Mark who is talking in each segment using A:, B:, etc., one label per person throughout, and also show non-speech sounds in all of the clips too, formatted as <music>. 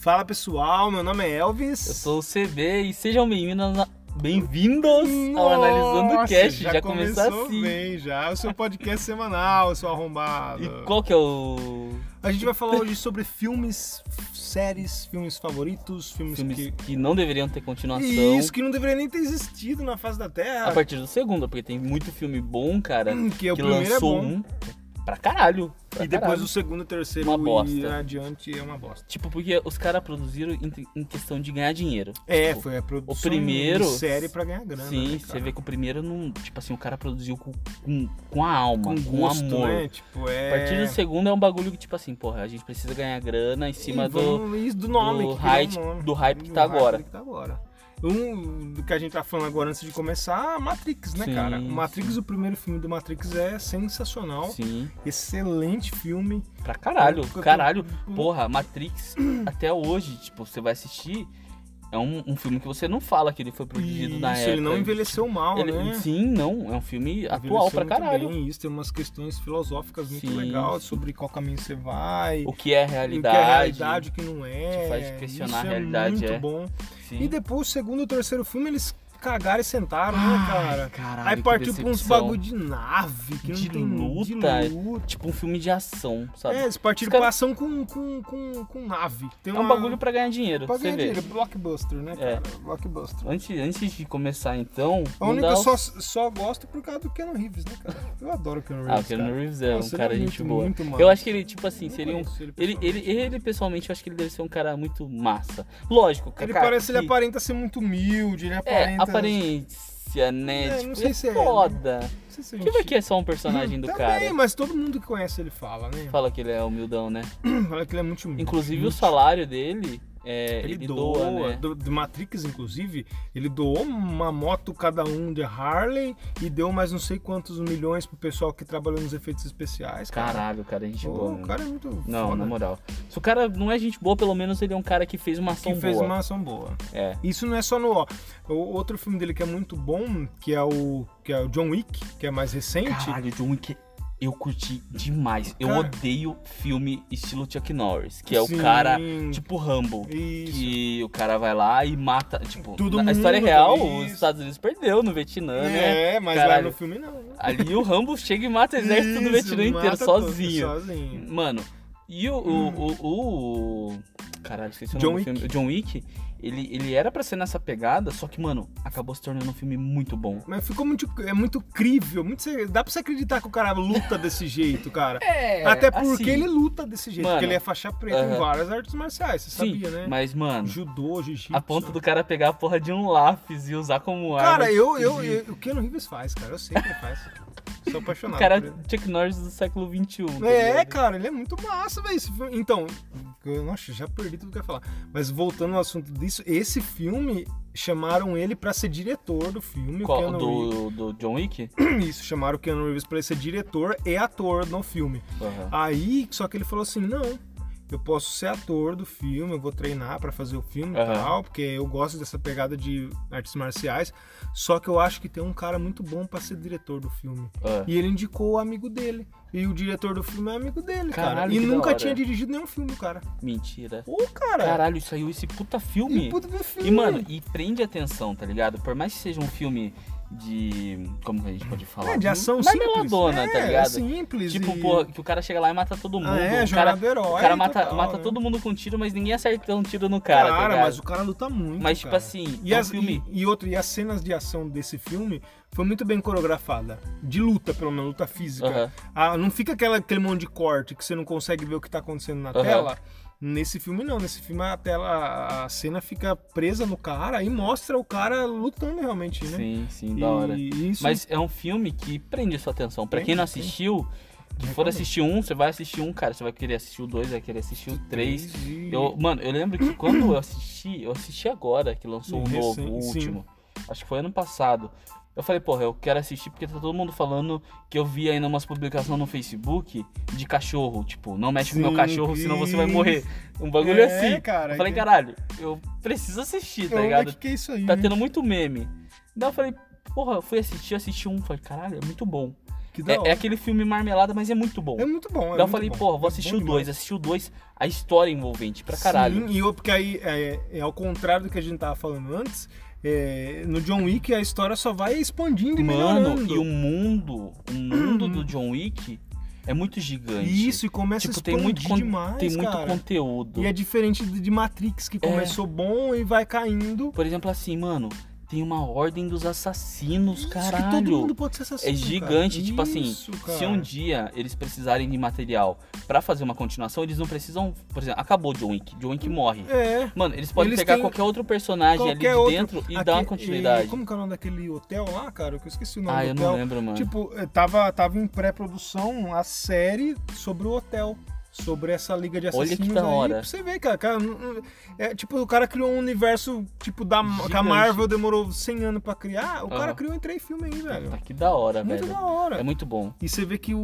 A: Fala pessoal, meu nome é Elvis.
B: Eu sou o CB e sejam bem-vindos a- bem-vindos ao Analisando o Cast. Já, começou, assim.
A: bem, já. É o seu podcast semanal, seu arrombado.
B: E qual que é o.
A: A gente vai falar hoje sobre filmes, séries, filmes favoritos, filmes,
B: Filmes que...
A: que...
B: não deveriam ter continuação.
A: Isso, que não deveria nem ter existido na face da Terra.
B: A partir do segundo, porque tem muito filme bom, cara.
A: Hum, Que, o
B: Ah, que
A: primeiro é
B: lançou
A: bom.
B: um pra caralho. pra
A: E depois
B: caralho.
A: o segundo, o terceiro
B: Uma
A: e
B: bosta.
A: adiante é uma bosta.
B: Tipo, porque os caras produziram em, em questão de ganhar dinheiro.
A: É,
B: Tipo,
A: foi a produção
B: primeiro-
A: de série pra ganhar grana.
B: Sim,
A: né,
B: você
A: cara?
B: vê que é o primeiro não. Tipo assim, o cara produziu com, com, com a alma,
A: com
B: com,
A: gosto,
B: amor.
A: né? Tipo, é...
B: A partir do segundo é um bagulho que, tipo assim, porra, a gente precisa ganhar grana em cima
A: E
B: do,
A: vamos- isso do nome, que criou o
B: do hype-
A: nome.
B: do hype que
A: Do
B: tá
A: hype
B: agora.
A: que tá agora. Um do que a gente tá falando agora antes de começar, Matrix, né,
B: Sim,
A: cara? O Matrix,
B: sim.
A: o primeiro filme do Matrix é sensacional.
B: Sim,
A: Excelente filme.
B: pra caralho,
A: Eu- eu-
B: caralho.
A: eu-
B: Porra,
A: <clears throat>
B: Matrix, até hoje, tipo, você vai assistir, é um, um filme que você não fala que ele foi produzido
A: Isso,
B: na época.
A: ele não envelheceu mal,
B: Ele-
A: né?
B: Sim, não, é um filme atual
A: Envelheceu
B: pra
A: muito
B: caralho.
A: Bem, isso tem umas questões filosóficas muito
B: Sim.
A: legais sobre qual caminho você vai,
B: O que é
A: o que é
B: realidade.
A: realidade, o que não é.
B: Te faz questionar
A: isso
B: a realidade,
A: é muito
B: é.
A: bom.
B: sim.
A: E depois, o segundo e o terceiro filme, eles cagaram e sentaram, né, cara?
B: Ai, caralho,
A: Aí
B: que
A: partiu pra uns
B: Ah, decepção.
A: bagulho de nave, que
B: De
A: não tem
B: luta,
A: de luta.
B: Tipo um filme de ação, sabe?
A: É, eles partiram
B: Os cara-
A: pra ação com, com, com, com nave. Tem
B: É,
A: uma...
B: um bagulho pra ganhar dinheiro,
A: pra
B: você
A: ganhar
B: vê.
A: dinheiro, blockbuster, né,
B: É.
A: cara? Blockbuster.
B: Antes, antes de começar, então,
A: A única
B: mandar
A: eu
B: os-
A: só, só gosto por causa do Keanu Reeves, né, cara? Eu adoro o Keanu
B: Ah, o
A: Reeves.
B: Keanu
A: cara.
B: Reeves é um
A: Nossa, ele
B: cara
A: muito,
B: gente boa.
A: muito massa.
B: Eu acho que ele, tipo assim,
A: Não
B: seria um.
A: conheço
B: Ele,
A: pessoalmente.
B: ele, ele, pessoalmente, eu acho que ele deve ser um cara muito massa. Lógico, cara.
A: Ele parece, ele
B: que-
A: aparenta ser muito humilde, ele
B: É,
A: aparenta... né?
B: aparência, né?
A: É, não
B: tipo,
A: sei
B: é
A: se é, né?
B: foda.
A: Não sei se a
B: Deixa eu ver
A: gente-
B: que é só um personagem do
A: Também,
B: cara.
A: mas todo mundo que conhece ele fala, né?
B: Fala que ele é humildão, né?
A: Fala que ele é muito humilde.
B: Inclusive, o
A: muito
B: salário dele, é, ele,
A: Ele,
B: doa,
A: doa,
B: né?
A: do, do Matrix, inclusive, ele doou uma moto cada um de Harley e deu mais não sei quantos milhões pro pessoal que trabalhou nos efeitos especiais. Cara.
B: Caralho, cara, é gente
A: Pô,
B: boa.
A: o
B: né?
A: cara é muito
B: Não,
A: foda.
B: na moral. Se o cara não é gente boa, pelo menos ele é um cara que fez uma ação
A: que fez
B: boa.
A: uma ação boa.
B: É.
A: Isso não é só no. ó, o outro filme dele que é muito bom, que é o, que é o John Wick, que é mais recente.
B: Caralho, John Wick, eu curti demais. Eu
A: Cara-
B: odeio filme estilo Chuck Norris, que é o
A: Sim,
B: cara tipo Rambo.
A: Isso.
B: Que o cara vai lá e mata. Tipo,
A: Todo
B: na na história
A: mundo,
B: real,
A: isso.
B: os Estados Unidos perdeu no Vietnã, né?
A: É, mas lá
B: Caralho.
A: no filme não. né?
B: Ali o Rambo chega e mata o exército do
A: Isso,
B: Vietnã inteiro,
A: mata todo-
B: sozinho.
A: Sozinho.
B: Mano, e o. o, o, o- Caralho, esqueci o
A: John
B: nome
A: Wick.
B: do filme. O John Wick, ele, ele era pra ser nessa pegada, só que, mano, acabou se tornando um filme muito bom.
A: Mas ficou muito, é muito crível, muito, cê- dá pra você acreditar que o cara luta desse jeito, cara.
B: É,
A: Até porque ele luta desse jeito,
B: Mano,
A: porque ele é faixa preta em
B: aham.
A: várias artes marciais, você
B: Sim,
A: sabia, né?
B: mas, mano.
A: Judô, jiu-jitsu.
B: A ponto do cara pegar a porra de um lápis e usar como arma.
A: Cara, eu, eu, eu, o Keanu Reeves faz, cara, eu sei que ele faz. Sou apaixonado
B: O cara
A: por ele.
B: é Chuck Norris do século XXI. tá
A: É,
B: ligado?
A: cara, ele é muito massa, velho. esse filme. Então, eu- nossa, já perdi tudo que eu ia falar. Mas voltando ao assunto disso, esse filme, chamaram ele pra ser diretor do filme. o
B: Qual,
A: Keanu
B: do, do John Wick?
A: Reeves. <clears throat> Isso, chamaram o Keanu Reeves pra ele ser diretor e ator no filme.
B: Aham.
A: Aí, só que ele falou assim: não, eu posso ser ator do filme, eu vou treinar pra fazer o filme e
B: Aham.
A: tal, porque eu gosto dessa pegada de artes marciais. Só que eu acho que tem um cara muito bom pra ser diretor do filme.
B: Ah.
A: E ele indicou o amigo dele. E o diretor do filme é amigo dele, cara.
B: Caralho,
A: E
B: que da
A: nunca
B: hora.
A: tinha dirigido nenhum filme, cara.
B: Ah. Mentira.
A: Ô, cara.
B: Caralho, saiu esse puta filme.
A: E puta do filme.
B: E, mano, e prende atenção, tá ligado? Por mais que seja um filme de. Como que a gente pode falar?
A: É, de ação simples.
B: Marmeladona,
A: é,
B: tá ligado?
A: simples.
B: Tipo,
A: e...
B: porra, que o cara chega lá e mata todo mundo.
A: Ah, é,
B: o cara,
A: jornada herói.
B: o cara mata,
A: total,
B: mata
A: né?
B: todo mundo com um tiro, mas ninguém acerta um tiro no cara, tá ligado?
A: mas o cara luta muito.
B: Mas, tipo
A: cara.
B: assim,
A: E,
B: é um
A: as,
B: filme.
A: e, e outro, e as cenas de ação desse filme foi muito bem coreografada. De luta, pelo menos, luta física.
B: Aham.
A: Ah, não fica aquela, aquele monte de corte que você não consegue ver o que tá acontecendo na
B: Aham.
A: tela. Nesse filme não, nesse filme a tela, a cena fica presa no cara e mostra o cara lutando realmente, né?
B: Sim, sim,
A: E
B: da hora.
A: isso
B: Mas é um filme que prende sua atenção. Pra quem
A: Prende,
B: não assistiu, que for
A: Recomendo.
B: assistir um, você vai assistir um, cara. Você vai querer assistir o dois, vai querer assistir o três.
A: e-
B: Eu, mano, eu lembro que quando eu assisti, eu assisti agora, que lançou o
A: Recente,
B: novo, o
A: sim.
B: último. Acho que foi ano passado. Eu falei, porra, eu quero assistir porque tá todo mundo falando que eu vi ainda umas publicações no Facebook de cachorro. Tipo, não mexe com meu
A: Sim,
B: cachorro, senão você vai morrer. Um bagulho
A: É,
B: assim.
A: cara,
B: eu falei,
A: que-
B: caralho, eu preciso assistir, tá
A: Olha
B: ligado?
A: que que é isso aí?
B: Tá
A: né?
B: tendo muito meme. Daí eu falei, porra, eu fui assistir, assisti um. Falei, caralho, é muito bom.
A: Que da
B: É, é
A: hora.
B: aquele filme marmelada, mas é muito bom.
A: É muito bom. É
B: Daí eu
A: muito
B: falei,
A: bom.
B: porra, vou
A: É
B: assistir
A: bom
B: o 2. Assisti o 2, a história é envolvente pra caralho.
A: Sim, e eu, porque aí, é, é ao contrário do que a gente tava falando antes, é, no John Wick a história só vai expandindo e
B: Mano,
A: melhorando.
B: e um o mundo, o mundo do John Wick é muito gigante.
A: Isso, Uhum. e começa
B: tipo,
A: a
B: tem
A: expandir
B: muito, con-
A: demais,
B: tem muito
A: cara.
B: conteúdo. É.
A: E é diferente de de Matrix, que começou bom e vai caindo.
B: Por exemplo, assim, mano, tem uma ordem dos assassinos,
A: Isso, que
B: caralho.
A: todo mundo pode ser assassino,
B: É gigante,
A: cara.
B: tipo assim,
A: Isso,
B: Se
A: cara.
B: um dia eles precisarem de material pra fazer uma continuação, eles não precisam. Por exemplo, acabou John Wick, John Wick morre.
A: É,
B: Mano, eles podem
A: Eles
B: pegar
A: têm
B: qualquer outro personagem
A: qualquer
B: ali de
A: outro-
B: dentro e
A: aque-
B: dar uma continuidade.
A: e como que é o nome daquele hotel lá, cara? Que eu esqueci o nome
B: ah,
A: do
B: eu
A: hotel.
B: não lembro, mano.
A: Tipo, eh, tava, tava em pré-produção a série sobre o hotel. Sobre essa liga de
B: Olha que
A: assassinos
B: da
A: aí,
B: hora.
A: pra você ver, cara. cara, não- não- é, tipo, o cara criou um universo, tipo, da, que a
B: Gigante.
A: Marvel demorou 100 anos pra criar. O cara
B: Aham.
A: criou em três filmes aí, velho.
B: tá que da hora,
A: Muito
B: velho.
A: da hora.
B: É muito bom.
A: E você vê que o,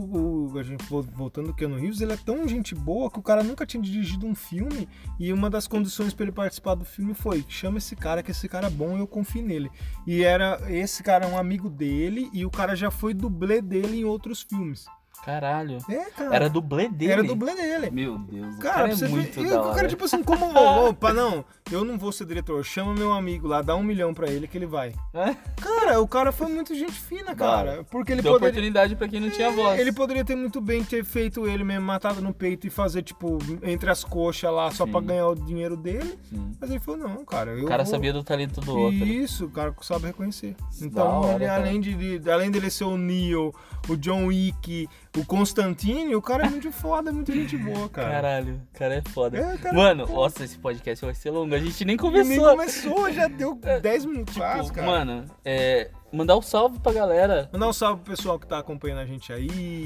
A: o- a gente vo- voltando ao Keanu Reeves, ele é tão gente boa que o cara nunca tinha dirigido um filme e uma das condições para ele participar do filme foi: chama esse cara que esse cara é bom e eu confio nele. E era esse cara é um amigo dele e o cara já foi dublê dele em outros filmes.
B: Caralho.
A: É, cara.
B: Era dublê dele.
A: Era dublê dele.
B: Meu Deus, o
A: Cara,
B: cara,
A: pra você
B: é muito
A: ver, e
B: da
A: o
B: hora.
A: cara tipo assim,
B: <laughs>
A: como, "Ô, opa, não, eu não vou ser diretor, chama meu amigo lá, dá um milhão pra ele que ele vai. Cara, o cara foi muito gente fina, cara, porque ele
B: Deu
A: poderia,
B: oportunidade pra quem não tinha voz.
A: ele poderia ter muito bem ter feito ele mesmo, matado no peito e fazer, tipo, entre as coxas lá só
B: Sim.
A: pra ganhar o dinheiro dele.
B: Sim.
A: Mas ele falou, não, cara, eu
B: O cara
A: vou-
B: sabia do talento do outro. né?
A: Isso, o cara sabe reconhecer.
B: Isso, da
A: Então,
B: hora,
A: ele,
B: cara.
A: além, de, de- além dele ser o Neo, o John Wick, o Constantine, o cara é muito foda, é muito gente boa, cara.
B: Caralho, o cara é foda.
A: É, cara,
B: mano, nossa, esse podcast vai ser longo. A gente nem começou.
A: Nem começou, já
B: <laughs>
A: deu 10 minutos
B: Tipo,
A: quase, cara.
B: mano, é, mandar um salve pra galera.
A: Mandar um salve pro pessoal que tá acompanhando a gente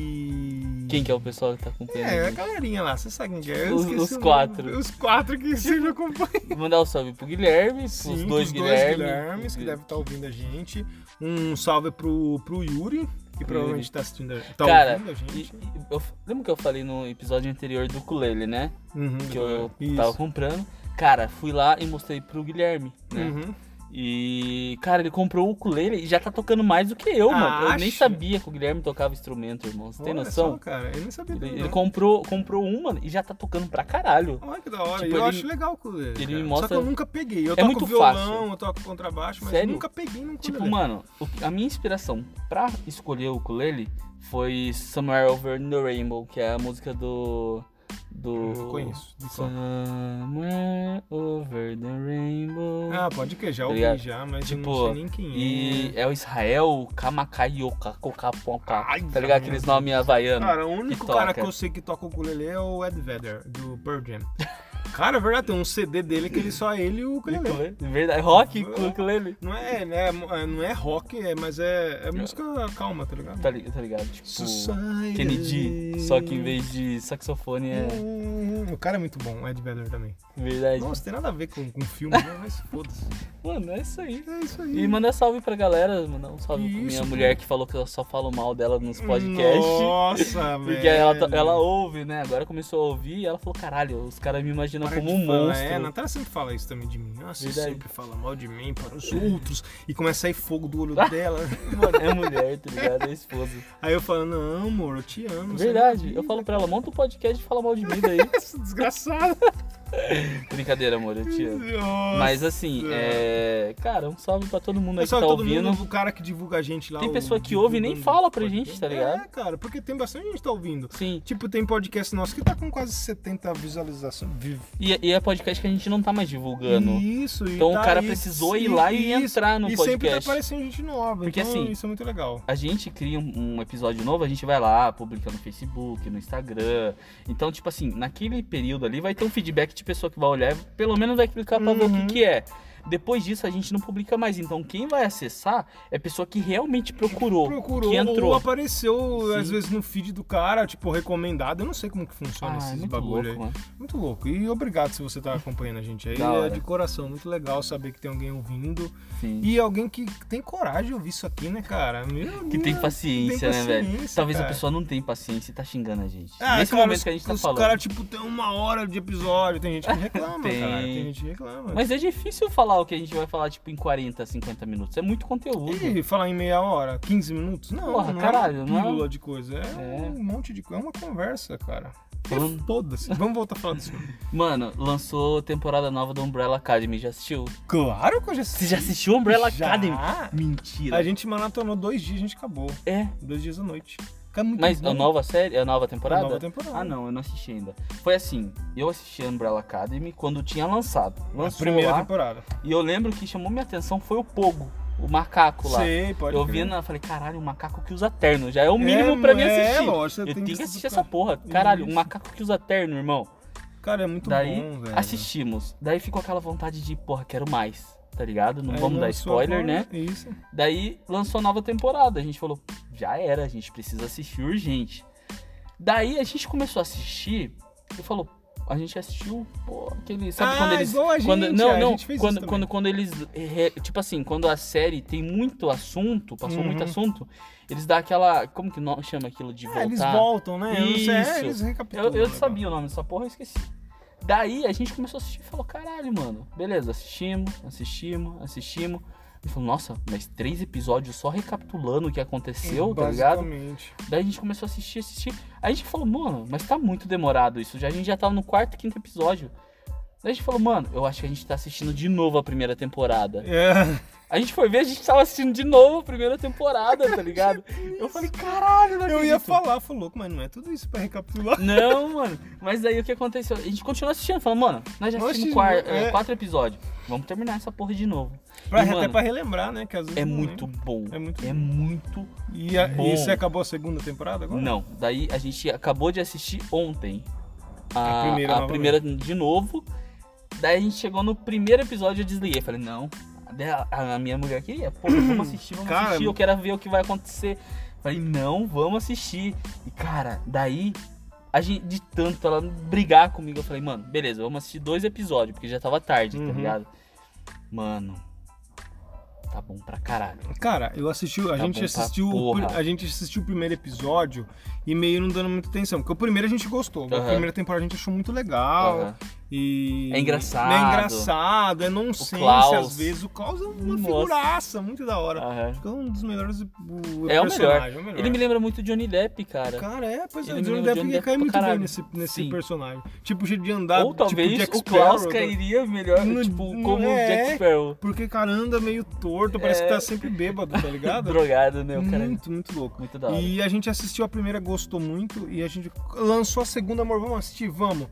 A: aí.
B: Quem que é o pessoal que tá acompanhando?
A: É,
B: a
A: a
B: gente?
A: galerinha lá, você sabe quem que é. eu
B: Os-
A: esqueci
B: os
A: o nome.
B: quatro.
A: Os quatro
B: <laughs>
A: que sempre acompanham.
B: Mandar um salve pro Guilherme,
A: Sim,
B: pros dois
A: os
B: Guilherme.
A: dois Guilhermes que devem estar ouvindo a gente. Um salve pro, pro Yuri, que provavelmente tá assistindo a, tá
B: Cara,
A: ouvindo a
B: E-
A: gente.
B: e eu- lembra que eu falei no episódio anterior do ukulele, né?
A: Uhum,
B: Que eu
A: isso.
B: tava comprando. Cara, fui lá e mostrei pro Guilherme, né?
A: Uhum.
B: E, cara, ele comprou o ukulele e já tá tocando mais do que eu,
A: Ah,
B: mano. Eu nem
A: acho.
B: sabia que o Guilherme tocava instrumento, irmão. Você tem
A: Olha
B: noção?
A: só, um cara, eu nem sabia
B: Ele,
A: dele,
B: ele
A: não.
B: comprou, comprou um, mano, e já tá tocando pra caralho.
A: Olha que da hora,
B: Tipo,
A: eu
B: ele-
A: acho legal o ukulele,
B: ele me
A: cara. Só que
B: mostra-
A: eu nunca peguei. Eu
B: É
A: toco
B: muito
A: violão,
B: fácil.
A: eu toco contrabaixo, mas
B: Sério?
A: nunca peguei num ukulele.
B: Tipo, mano, o- a minha inspiração pra escolher o ukulele foi Somewhere Over the Rainbow, que é a música do. do.
A: Não conheço, de qual?
B: Somewhere Over the Rainbow.
A: Ah, pode que já ouvi
B: Obrigado.
A: já, mas eu
B: Tá Tipo,
A: não sei nem quem
B: E
A: é.
B: é o Israel Kamakayoka, Kokaponka.
A: Ai,
B: Tá ligado?
A: meu
B: Aqueles
A: Deus.
B: nomes havaianos.
A: Cara, o único
B: que
A: cara
B: toca.
A: que eu sei que toca o ukulele é o Ed Vedder, do Pearl Jam. <laughs> Cara, é verdade, tem um CD dele que ele só é ele e o ukulele.
B: Ukulele. né? Verdade, rock com ukulele.
A: Não é, né, é- não é rock, é- mas é, é música calma, tá ligado?
B: Tá ligado? Tá ligado? Tipo,
A: Society.
B: Kennedy, só que em vez de saxofone é.
A: Hum, O cara é muito bom, o Ed Vedder também.
B: Verdade.
A: Nossa, tem nada a ver com, com filme, né? mas foda-se.
B: Mano, é isso aí.
A: É isso aí.
B: <laughs> E manda salve pra galera, mandar um salve pra
A: Isso,
B: minha
A: pô.
B: mulher que falou que eu só falo mal dela nos podcasts.
A: Nossa, velho.
B: <laughs> Porque ela, tá- ela ouve, né? Agora começou a ouvir e ela falou, caralho, os caras me imaginam
A: Para
B: como
A: de
B: um
A: falar.
B: monstro.
A: É, a Natália sempre fala isso também de mim. Nossa,
B: Verdade.
A: sempre fala mal de mim para os outros. E começa a sair fogo
B: <laughs>
A: do olho dela.
B: Mano, é mulher, tá ligado? É esposa.
A: Aí eu falo, não, amor, eu te amo. você
B: Verdade.
A: não é
B: Eu falo
A: acredita,
B: pra ela, monta um podcast e fala mal de mim
A: <laughs>
B: daí.
A: essa
B: <laughs>
A: desgraçada.
B: Brincadeira, amor, eu te amo.
A: Nossa.
B: Mas assim, é. Cara, um salve pra todo mundo aí
A: Mas
B: que
A: só
B: tá
A: que todo
B: ouvindo.
A: mundo, o cara que divulga a gente lá.
B: Tem
A: o
B: pessoa que ouve e nem
A: divulgando
B: fala pra
A: podcast.
B: gente, tá ligado?
A: É, cara, porque tem bastante gente que tá ouvindo.
B: Sim.
A: Tipo, tem podcast nosso que tá com quase 70 visualizações. Vi-
B: E, e é podcast que a gente não tá mais divulgando.
A: Isso, e
B: Então o
A: tá
B: cara
A: aí-
B: precisou ir
A: e-
B: lá e
A: isso,
B: entrar no
A: e sempre tá
B: podcast.
A: aparecendo gente nova.
B: Porque,
A: então,
B: assim,
A: isso é muito legal.
B: a gente cria um um episódio novo, a gente vai lá, publica no Facebook, no Instagram. Então, tipo assim, naquele período ali vai ter um feedback de pessoa que vai olhar, e pelo menos vai clicar pra ver o
A: Uhum.
B: que, que é. Depois disso a gente não publica mais. Então, quem vai acessar é pessoa que realmente procurou,
A: Procurou
B: que
A: ou
B: entrou.
A: apareceu, às
B: Sim.
A: vezes, no feed do cara, tipo, recomendado. Eu não sei como que funciona
B: Ah, é
A: esses
B: muito
A: bagulho
B: louco,
A: aí.
B: mano.
A: Muito louco. E obrigado se você tá acompanhando a gente aí.
B: Da
A: É
B: hora.
A: de coração, muito legal saber que tem alguém ouvindo.
B: Sim.
A: E alguém que tem coragem de ouvir isso aqui, né, cara? Meu
B: Que tem
A: Deus.
B: paciência,
A: tem
B: né, velho?
A: paciência,
B: Talvez a
A: cara.
B: pessoa não tenha paciência e tá xingando a gente.
A: é. Ah,
B: Nesse
A: cara,
B: momento
A: os-
B: que a gente tá
A: os
B: falando.
A: cara, tipo, tem uma hora de episódio, tem gente que reclama,
B: <laughs> Tem.
A: cara. Tem gente que reclama.
B: Mas é difícil falar falar o que a gente vai falar, tipo, em 40, 50 minutos. É muito conteúdo.
A: E falar em meia hora, 15 minutos? Não,
B: Porra,
A: não é
B: caralho, não
A: uma
B: é?
A: pílula de coisa. É,
B: É.
A: um monte de coisa. É uma conversa, cara.
B: Falando-
A: E Foda-se. Vamos voltar a falar disso.
B: Mano, lançou temporada nova do Umbrella Academy, já assistiu?
A: Claro que eu já
B: Você já assistiu Umbrella
A: Já?
B: Academy? Mentira.
A: A gente maratonou dois dias, a gente acabou.
B: É,
A: Dois dias à noite. Fica muito
B: mas
A: bom.
B: a nova série, a nova
A: A
B: temporada?
A: nova temporada.
B: Ah, não, eu não assisti ainda. Foi assim, eu assisti a Umbrella Academy quando tinha lançado.
A: A
B: Lançou
A: primeira
B: lá,
A: temporada.
B: e eu lembro que chamou minha atenção foi o Pogo, o macaco lá.
A: Sei, pode
B: eu
A: crer.
B: vi na, falei, caralho, um macaco que usa terno, já é o mínimo pra mim
A: é,
B: assistir.
A: lógico, você
B: eu
A: tem
B: tenho que
A: que
B: assistir
A: escutar.
B: essa porra. Caralho, um
A: Isso.
B: macaco que usa terno, irmão.
A: Cara, é muito
B: Daí,
A: bom, velho.
B: Assistimos. Daí ficou aquela vontade de, porra, quero mais, tá ligado? Não
A: Aí
B: vamos dar
A: lançou
B: spoiler,
A: agora,
B: né?
A: é Isso.
B: Daí lançou a nova temporada. A gente falou, já era, a gente precisa assistir urgente. Daí a gente começou a assistir e falou, a gente assistiu, pô, aquele. Sabe
A: ah,
B: quando eles.
A: igual a gente, é,
B: quando, não,
A: a
B: não.
A: gente fez
B: quando,
A: isso
B: quando, quando eles. re- Tipo assim, quando a série tem muito assunto, passou muito
A: Uhum.
B: assunto, eles dão aquela. Como que no- chama aquilo de
A: também.
B: voltar?
A: É, eles voltam, né? Eu não sei,
B: Isso.
A: é, eles
B: Eu,
A: recapitulam.
B: eu
A: né?
B: sabia o nome dessa porra, eu esqueci. Daí a gente começou a assistir e falou, caralho, mano, beleza, assistimos, assistimos, assistimos. E falou, nossa, mas três episódios só recapitulando o que aconteceu, tá ligado?
A: Basicamente.
B: Daí a gente começou a assistir, assistir. Aí a gente falou, mano, mas tá muito demorado isso. Já, a gente já tava no quarto, quinto episódio. Daí a gente falou, mano, eu acho que a gente tá assistindo de novo a primeira temporada.
A: É.
B: A gente foi ver, a gente tava assistindo de novo a primeira temporada,
A: <laughs>
B: tá ligado? Eu falei, caralho, não
A: Eu ia
B: acredito."
A: falar, falou, louco, mas não é tudo isso pra recapitular.
B: Não, mano. Mas aí o que aconteceu? A gente continuou assistindo, falando, mano, nós já
A: Nós
B: assistimos
A: assistimos,
B: quar-
A: é.
B: eh, quatro episódios. Vamos terminar essa porra de novo.
A: Pra,
B: E,
A: até
B: mano,
A: pra relembrar, né? Que às vezes
B: é
A: não
B: muito
A: lembro.
B: bom.
A: É muito
B: É muito.
A: E, a,
B: bom.
A: e você acabou a segunda temporada agora?
B: Não. Daí a gente acabou de assistir ontem.
A: A primeira
B: a
A: novamente.
B: primeira de novo. Daí a gente chegou no primeiro episódio eu desliguei. Falei, não. Daí a- A minha mulher queria,
A: <clears throat>
B: pô, vamos assistir, vamos
A: Cara,
B: assistir, eu quero ver o que vai acontecer. Falei, não, vamos assistir. E cara, daí a gente, de tanto ela brigar comigo, eu falei, mano, beleza, vamos assistir dois episódios, porque já tava tarde,
A: Uhum.
B: tá ligado? Mano, tá bom pra caralho.
A: Cara, eu assisti, a
B: Tá
A: gente
B: bom pra
A: assistiu, o
B: porra.
A: pri- a gente assistiu o primeiro episódio e meio não dando muita atenção, porque o primeiro a gente gostou, a
B: Aham.
A: primeira temporada a gente achou muito legal
B: Aham.
A: e
B: É engraçado.
A: é engraçado, é nonsense
B: Klaus.
A: às vezes, o Klaus é uma
B: Nossa.
A: figuraça muito da hora.
B: Aham.
A: Acho que é um dos melhores o
B: É o
A: personagem, é o melhor.
B: Ele me lembra muito Johnny Depp, cara.
A: Cara, é, pois é,
B: Ele
A: o
B: me
A: Johnny
B: lembra
A: Depp
B: Johnny
A: que
B: Depp
A: cai
B: pra
A: muito bem
B: caralho.
A: nesse, nesse
B: Sim.
A: personagem. Tipo, o jeito de andar,
B: Ou
A: tipo
B: talvez
A: Jack
B: o Klaus
A: Sparrow, tá-
B: cairia melhor,
A: No-
B: tipo,
A: no-
B: como o
A: é.
B: Jack Sparrow.
A: Porque, cara, anda meio torto, parece que
B: É.
A: tá sempre bêbado, tá
B: <laughs>
A: ligado?
B: Drogado, né? O cara é
A: muito, muito louco.
B: muito da hora.
A: E a gente assistiu a primeira, gostou muito, e a gente lançou a segunda, amor, vamos assistir, vamos.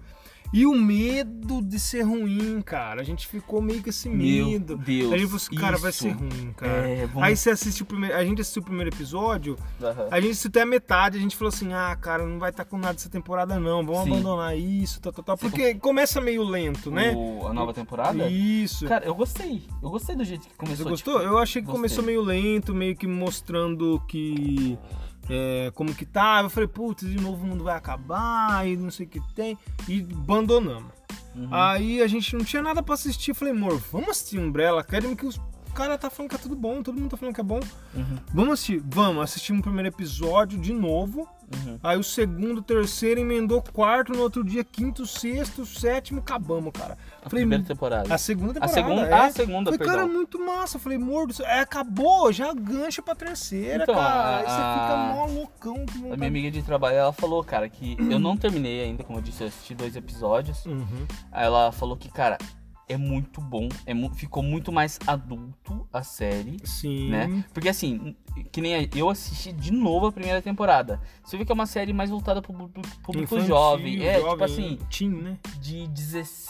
A: E o medo de ser ruim, cara. A gente ficou meio que esse
B: Meu
A: medo.
B: Deus.
A: Aí você, cara, vai
B: isso.
A: ser ruim, cara.
B: É, vamos...
A: Aí você assiste o primeiro. A gente assistiu o primeiro episódio,
B: Aham.
A: a gente assistiu até a metade, a gente falou assim, ah, cara, não vai estar com nada essa temporada, não. Vamos
B: Sim.
A: abandonar isso, tal, tal, tal.
B: Você
A: Porque começa meio lento, né?
B: O- A nova temporada?
A: Isso.
B: Cara, eu gostei. Eu gostei do jeito que
A: Você
B: começou. tipo.
A: gostou? Eu achei que
B: gostei.
A: começou meio lento, meio que mostrando que. é, como que tá. Eu falei, putz, de novo o mundo vai acabar e não sei o que tem. E abandonamos.
B: Tipo, uhum.
A: Aí a gente não tinha nada pra assistir. Eu falei, amor, vamos assistir Umbrella Academy que os cara tá falando que é tudo bom, todo mundo tá falando que é bom.
B: Uhum.
A: Vamos assistir? Vamos, assistimos o primeiro episódio de novo.
B: Uhum.
A: Aí o segundo, terceiro, emendou quarto, no outro dia, quinto, sexto, sétimo, acabamos, cara.
B: A
A: Falei, "Hum,
B: primeira temporada.
A: a segunda
B: A
A: temporada.
B: segunda,
A: é.
B: a segunda
A: Falei, cara, é
B: perdão.
A: muito massa. Eu Falei, mordo, isso- é, acabou, já gancha pra terceira,
B: Então,
A: cara.
B: a-
A: Aí
B: a-
A: você fica mó loucão. com
B: A
A: vontade.
B: minha amiga de trabalho, ela falou, cara, que
A: Hum.
B: eu não terminei ainda, como eu disse, eu assisti dois episódios.
A: Uhum.
B: Aí ela falou que, cara, é muito bom, é mu- ficou muito mais adulto a série.
A: Sim.
B: né? Porque assim, que nem a- eu assisti de novo a primeira temporada. Você vê que é uma série mais voltada pro pú- pú- público
A: Infantil,
B: jovem. É, tipo
A: jovem,
B: assim,
A: Teen, né?
B: de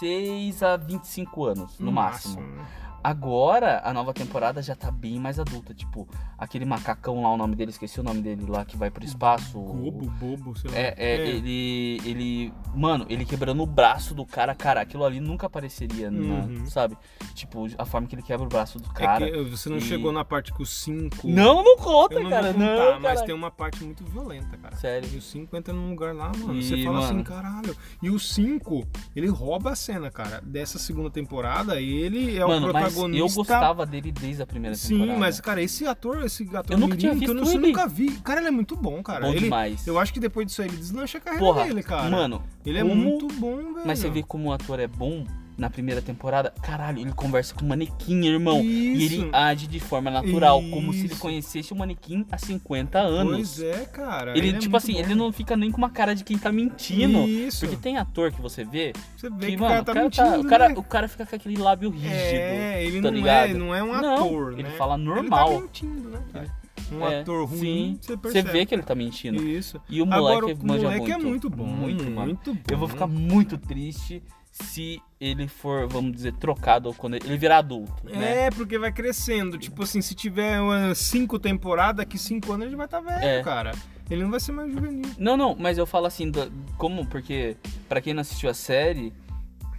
B: 16 a 25 anos, no, máximo.
A: né?
B: Agora, a nova temporada já tá bem mais adulta. Tipo, aquele macacão lá, o nome dele, esqueci o nome dele lá, que vai pro espaço.
A: Bobo, bobo, sei lá.
B: É, é,
A: É.
B: ele. Ele. Mano, ele quebrando o braço do cara, cara, aquilo ali nunca apareceria, na-
A: Uhum.
B: sabe? Tipo, a forma que ele quebra o braço do
A: É
B: cara.
A: que você não
B: e-
A: chegou na parte com os 5.
B: Não, não conta,
A: eu não
B: cara.
A: vou contar,
B: não,
A: mas
B: cara.
A: tem uma parte muito violenta, cara.
B: Sério.
A: E o 5 entra num lugar lá, mano. você
B: Ih,
A: fala assim,
B: mano.
A: caralho. E o 5, ele rouba a cena, cara. Dessa segunda temporada, ele é
B: Mano,
A: o
B: mas
A: protagonista.
B: eu gostava dele desde a primeira temporada.
A: Sim, mas, cara, esse ator, esse ator
B: Eu nunca tinha
A: mirim, que eu não,
B: visto
A: eu
B: ele.
A: nunca vi. Cara, ele é muito bom, cara.
B: Bom
A: ele,
B: demais.
A: eu acho que depois disso aí ele deslancha a carreira
B: Porra,
A: dele, cara.
B: Mano,
A: ele é
B: como-
A: muito bom, velho.
B: mas você vê como o ator é bom na primeira temporada, caralho, ele conversa com o manequim, irmão. E
A: Isso.
B: ele age de forma natural, como se ele
A: Isso.
B: conhecesse o manequim há 50 anos.
A: Pois é, cara.
B: Ele,
A: é
B: tipo
A: muito
B: assim,
A: bom.
B: ele não fica nem com uma cara de quem tá mentindo.
A: Isso.
B: Porque tem ator que você vê
A: Você
B: que,
A: vê que, o
B: mano,
A: cara tá mentindo.
B: o, cara,
A: né?
B: o cara fica com aquele lábio rígido.
A: É, ele
B: tá
A: não
B: ligado?
A: é, não é um
B: Não,
A: ator,
B: ele
A: né?
B: fala
A: Ele
B: normal.
A: tá mentindo, né, cara? Um
B: É,
A: ator ruim,
B: sim.
A: você
B: Você
A: percebe.
B: vê que ele tá mentindo.
A: Isso.
B: E o
A: Agora,
B: moleque
A: o
B: manja
A: moleque é muito bom.
B: Muito, mano.
A: muito bom.
B: Eu vou ficar muito triste se ele for, vamos dizer, trocado quando ele ele virar adulto, né?
A: É, porque vai crescendo. Tipo assim, se tiver uma cinco temporadas, daqui cinco anos ele vai estar velho,
B: É.
A: cara. Ele não vai ser mais juvenil.
B: Não, não, mas eu falo assim, da- como? Porque pra quem não assistiu a série,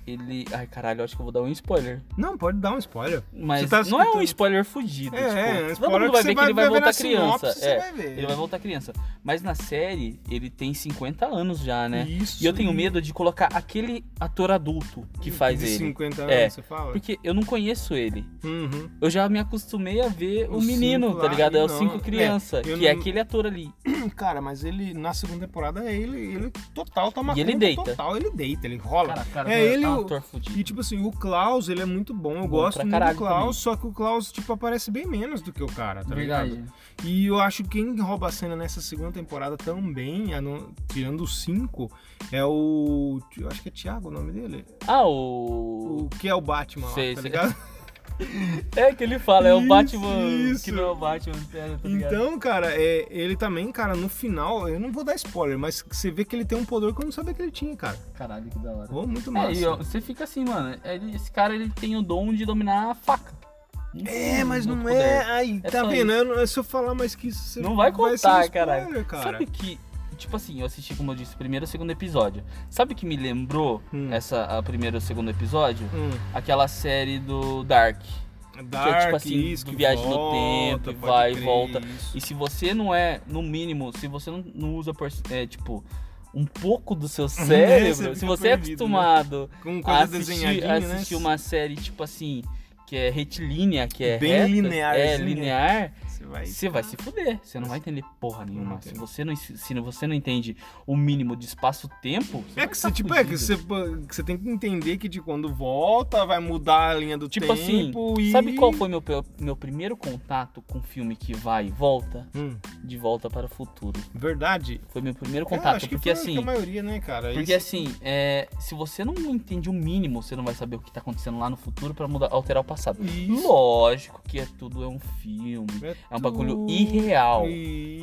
B: ele. Ai, caralho, eu acho que eu vou dar um spoiler.
A: Não, pode dar um spoiler.
B: Mas
A: Você tá
B: não é um
A: escutando.
B: spoiler fudido.
A: É,
B: tipo,
A: é, um
B: todo
A: spoiler
B: mundo
A: que
B: vai
A: você
B: ver que
A: vai
B: ele vai
A: ver na
B: voltar
A: sinopse,
B: criança.
A: você
B: É,
A: vai ver.
B: ele vai voltar criança. Mas na série, ele tem 50 anos já, né?
A: Isso. Hum,
B: E eu tenho medo de colocar aquele ator adulto que faz
A: de
B: ele.
A: 50 anos,
B: É.
A: você fala?
B: Porque eu não conheço ele.
A: Uhum.
B: Eu já me acostumei a ver o
A: Os
B: menino,
A: cinco
B: tá
A: lá,
B: ligado? É o
A: não.
B: cinco criança,
A: É, eu
B: que
A: não-
B: é aquele ator ali.
A: Cara, mas ele, na segunda temporada, ele, ele total toma
B: E ele
A: conta,
B: deita.
A: total, ele deita, ele rola.
B: Cara, cara,
A: É
B: do-
A: ele, o-
B: ator fudido.
A: E tipo assim, o Klaus, ele é muito bom, eu
B: Bom
A: gosto
B: pra
A: muito
B: caralho
A: do Klaus, só que o Klaus, tipo, aparece bem menos do que o cara, tá ligado? E eu acho que quem rouba a cena nessa segunda temporada também, a não- tirando os cinco, é o. Eu acho que é Thiago o nome dele.
B: Ah, o...
A: O que é o Batman, lá,
B: Sei,
A: tá
B: sei.
A: ligado?
B: <laughs> É que ele fala, é o
A: Isso,
B: Batman que
A: isso.
B: não é o Batman, pera, tá ligado?
A: Então, cara, é, ele também, cara, no final, eu não vou dar spoiler, mas você vê que ele tem um poder que eu não sabia que ele tinha, cara.
B: Caralho, que da hora.
A: Oh, muito
B: É,
A: massa.
B: e ó, você fica assim, mano, ele- esse cara ele tem o dom de dominar a faca. Não
A: É,
B: tem
A: mas
B: outro
A: não
B: poder.
A: é. Aí,
B: É
A: tá
B: só
A: vendo? Eu não- se eu falar mais que isso, você
B: Não vai
A: ser
B: contar,
A: um spoiler, cara.
B: Sabe que, tipo assim, eu assisti, como eu disse, o primeiro e o segundo episódio. Sabe o que me lembrou
A: Hum.
B: essa, a primeiro e o segundo episódio?
A: Hum,
B: Aquela série do Dark.
A: Dark,
B: tipo assim,
A: isso,
B: do
A: que
B: viagem no
A: volta,
B: tempo e
A: pode
B: vai e
A: crer,
B: volta.
A: isso.
B: E se você não é, no mínimo, se você não, não usa, por- é, tipo, um pouco do
A: <laughs>
B: seu cérebro, se
A: fica
B: você é
A: perdido, né?
B: acostumado
A: Com
B: a
A: coisa
B: assistir,
A: desenhadinha,
B: a assistir
A: né?
B: uma série, tipo assim, que é retilínea, que é
A: Bem assim, né?
B: reta, é
A: linearzinha.
B: linear,
A: Você vai,
B: você vai se fuder, você não vai entender porra nenhuma. Se você não, ensi- se você não entende o mínimo de espaço-tempo, você
A: É
B: vai
A: que
B: tá
A: você, tipo, é que
B: fudido.
A: você, que você tem que entender que de quando volta vai mudar a linha do
B: Tipo
A: tempo
B: assim,
A: e...
B: sabe qual foi meu, pe- meu primeiro contato com filme que vai e volta?
A: Hum,
B: De Volta para o Futuro.
A: verdade.
B: Foi meu primeiro
A: É,
B: contato,
A: acho que
B: porque
A: foi
B: assim,
A: a maioria, né, cara?
B: porque
A: Isso-
B: assim, é, se você não entende o mínimo, você não vai saber o que tá acontecendo lá no futuro para mudar, alterar o passado.
A: Isso.
B: Lógico que é tudo é um filme, é um bagulho
A: tudo.
B: irreal.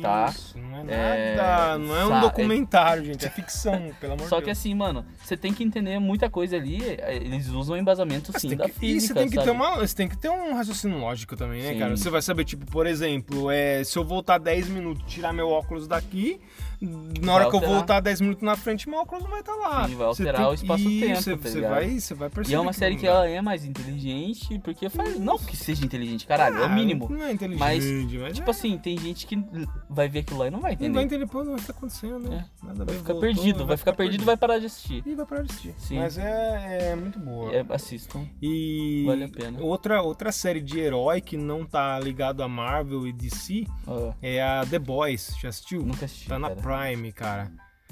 B: tá?
A: Isso, não é
B: É,
A: nada, não é um
B: sa-
A: documentário, gente, é ficção, pelo amor de Deus.
B: Só que assim, mano, você tem que entender muita coisa ali. eh, Eles usam embasamento
A: Mas
B: sim
A: tem
B: da
A: que- e você
B: física.
A: tem que
B: sabe?
A: ter uma, você tem que ter um raciocínio lógico também, né,
B: Sim.
A: cara? Você vai saber, tipo, por exemplo, é, se eu voltar 10 minutos, tirar meu óculos daqui, na hora que eu
B: alterar.
A: voltar 10 minutos na frente, meu óculos não vai estar lá.
B: Sim, vai
A: Você
B: alterar
A: tem-
B: o espaço-tempo,
A: Isso, Você,
B: tá
A: você
B: ligado?
A: vai, você vai
B: E
A: perceber.
B: é uma série
A: não
B: que
A: dá.
B: ela é mais inteligente, porque faz. Não que seja inteligente, caralho, é o
A: Ah,
B: mínimo.
A: Não é inteligente,
B: Mas,
A: mas,
B: Tipo assim, tem gente que vai ver aquilo lá e não vai
A: é, não vai
B: entender.
A: entender, pô, não vai estar acontecendo, né? Nada
B: É. Vai
A: bem,
B: ficar
A: voltou,
B: perdido, vai ficar perdido, vai parar de assistir.
A: E vai parar de assistir.
B: Sim.
A: Mas é, é muito boa.
B: É, assistam.
A: E
B: Vale a pena.
A: Outra, outra série de herói que não tá ligado a Marvel e DC
B: Ah,
A: é a The Boys. Já assistiu?
B: nunca assisti.
A: Tá na
B: cara.
A: Prime, cara.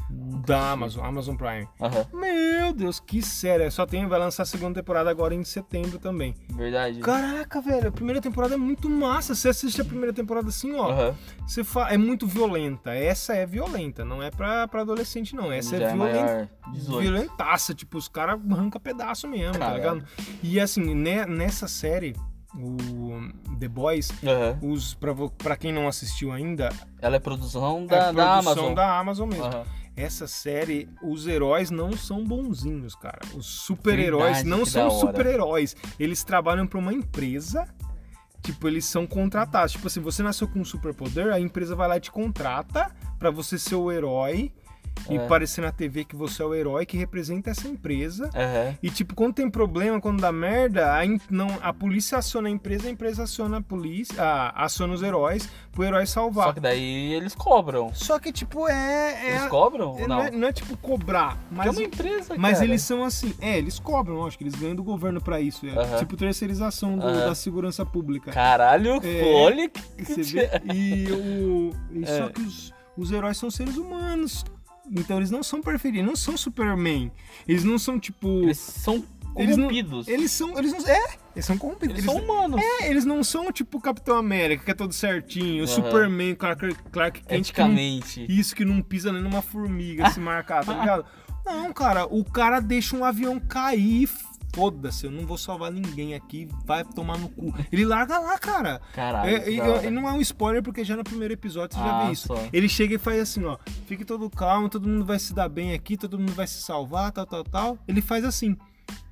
B: Nunca
A: Da
B: assisti.
A: Amazon, Amazon Prime.
B: Aham,
A: Meu Deus, que série. Só tem, vai lançar a segunda temporada agora em setembro também.
B: verdade.
A: Caraca, velho, a primeira temporada é muito massa. Você assiste a primeira temporada assim, ó.
B: Aham.
A: Você fa... É muito violenta. Essa é violenta, não é pra, pra adolescente, não. Essa
B: Já
A: é violenta.
B: maior. 18.
A: Violentaça, tipo, os caras arrancam pedaço mesmo, tá
B: Caralho.
A: ligado? E assim, né- nessa série, o The Boys,
B: Aham.
A: os, pra, vo- pra quem não assistiu ainda,
B: Ela é produção
A: é
B: da,
A: produção
B: da Amazon.
A: da Amazon mesmo.
B: Aham.
A: Essa série, os heróis não são bonzinhos, cara. Os super-heróis
B: Verdade,
A: não
B: que da
A: são
B: hora.
A: super-heróis. Eles trabalham pra uma empresa. Tipo, eles são contratados. Tipo assim, você nasceu com um superpoder, a empresa vai lá e te contrata pra você ser o herói e
B: É.
A: parecer na TV que você é o herói que representa essa empresa.
B: Aham.
A: E tipo, quando tem problema, quando dá merda, a, em- não, a polícia aciona a empresa, a empresa aciona a polícia, a- aciona os heróis pro herói salvar.
B: Só que daí eles cobram.
A: Só que, tipo, é. é-
B: Eles cobram
A: é,
B: ou
A: não.
B: não?
A: é, não é, tipo cobrar,
B: Porque é
A: mas,
B: uma empresa,
A: mas
B: cara.
A: eles são assim. É, eles cobram, acho que eles ganham do governo pra isso. É,
B: Aham.
A: Tipo terceirização do-
B: Aham.
A: da segurança pública.
B: Caralho,
A: É.
B: olha que...
A: Você vê?
B: <laughs>
A: E o. e
B: É.
A: Só que os, os heróis são seres humanos. Então eles não são perfeitos, eles não são Superman. Eles não são tipo.
B: Eles são
A: Eles não-
B: corrompidos.
A: Eles são. Eles não. É, eles são corrompidos.
B: Eles, são humanos.
A: É, eles não são tipo o Capitão América, que é todo certinho, o
B: Aham.
A: Superman, o Clark, Clark Kent, que É, não
B: Eticamente.
A: Isso que não pisa nem numa formiga se marcar, tá
B: <laughs>
A: ligado? Não, cara, o cara deixa um avião cair e foda-se, eu não vou salvar ninguém aqui, vai tomar no cu. Ele larga lá, cara.
B: Caralho.
A: É,
B: Ah, que
A: e,
B: da hora.
A: e não é um spoiler, porque já no primeiro episódio você já
B: Ah,
A: vê isso.
B: só.
A: Ele chega e faz assim, ó, fique todo calmo, todo mundo vai se dar bem aqui, todo mundo vai se salvar, tal, tal, tal. Ele faz assim.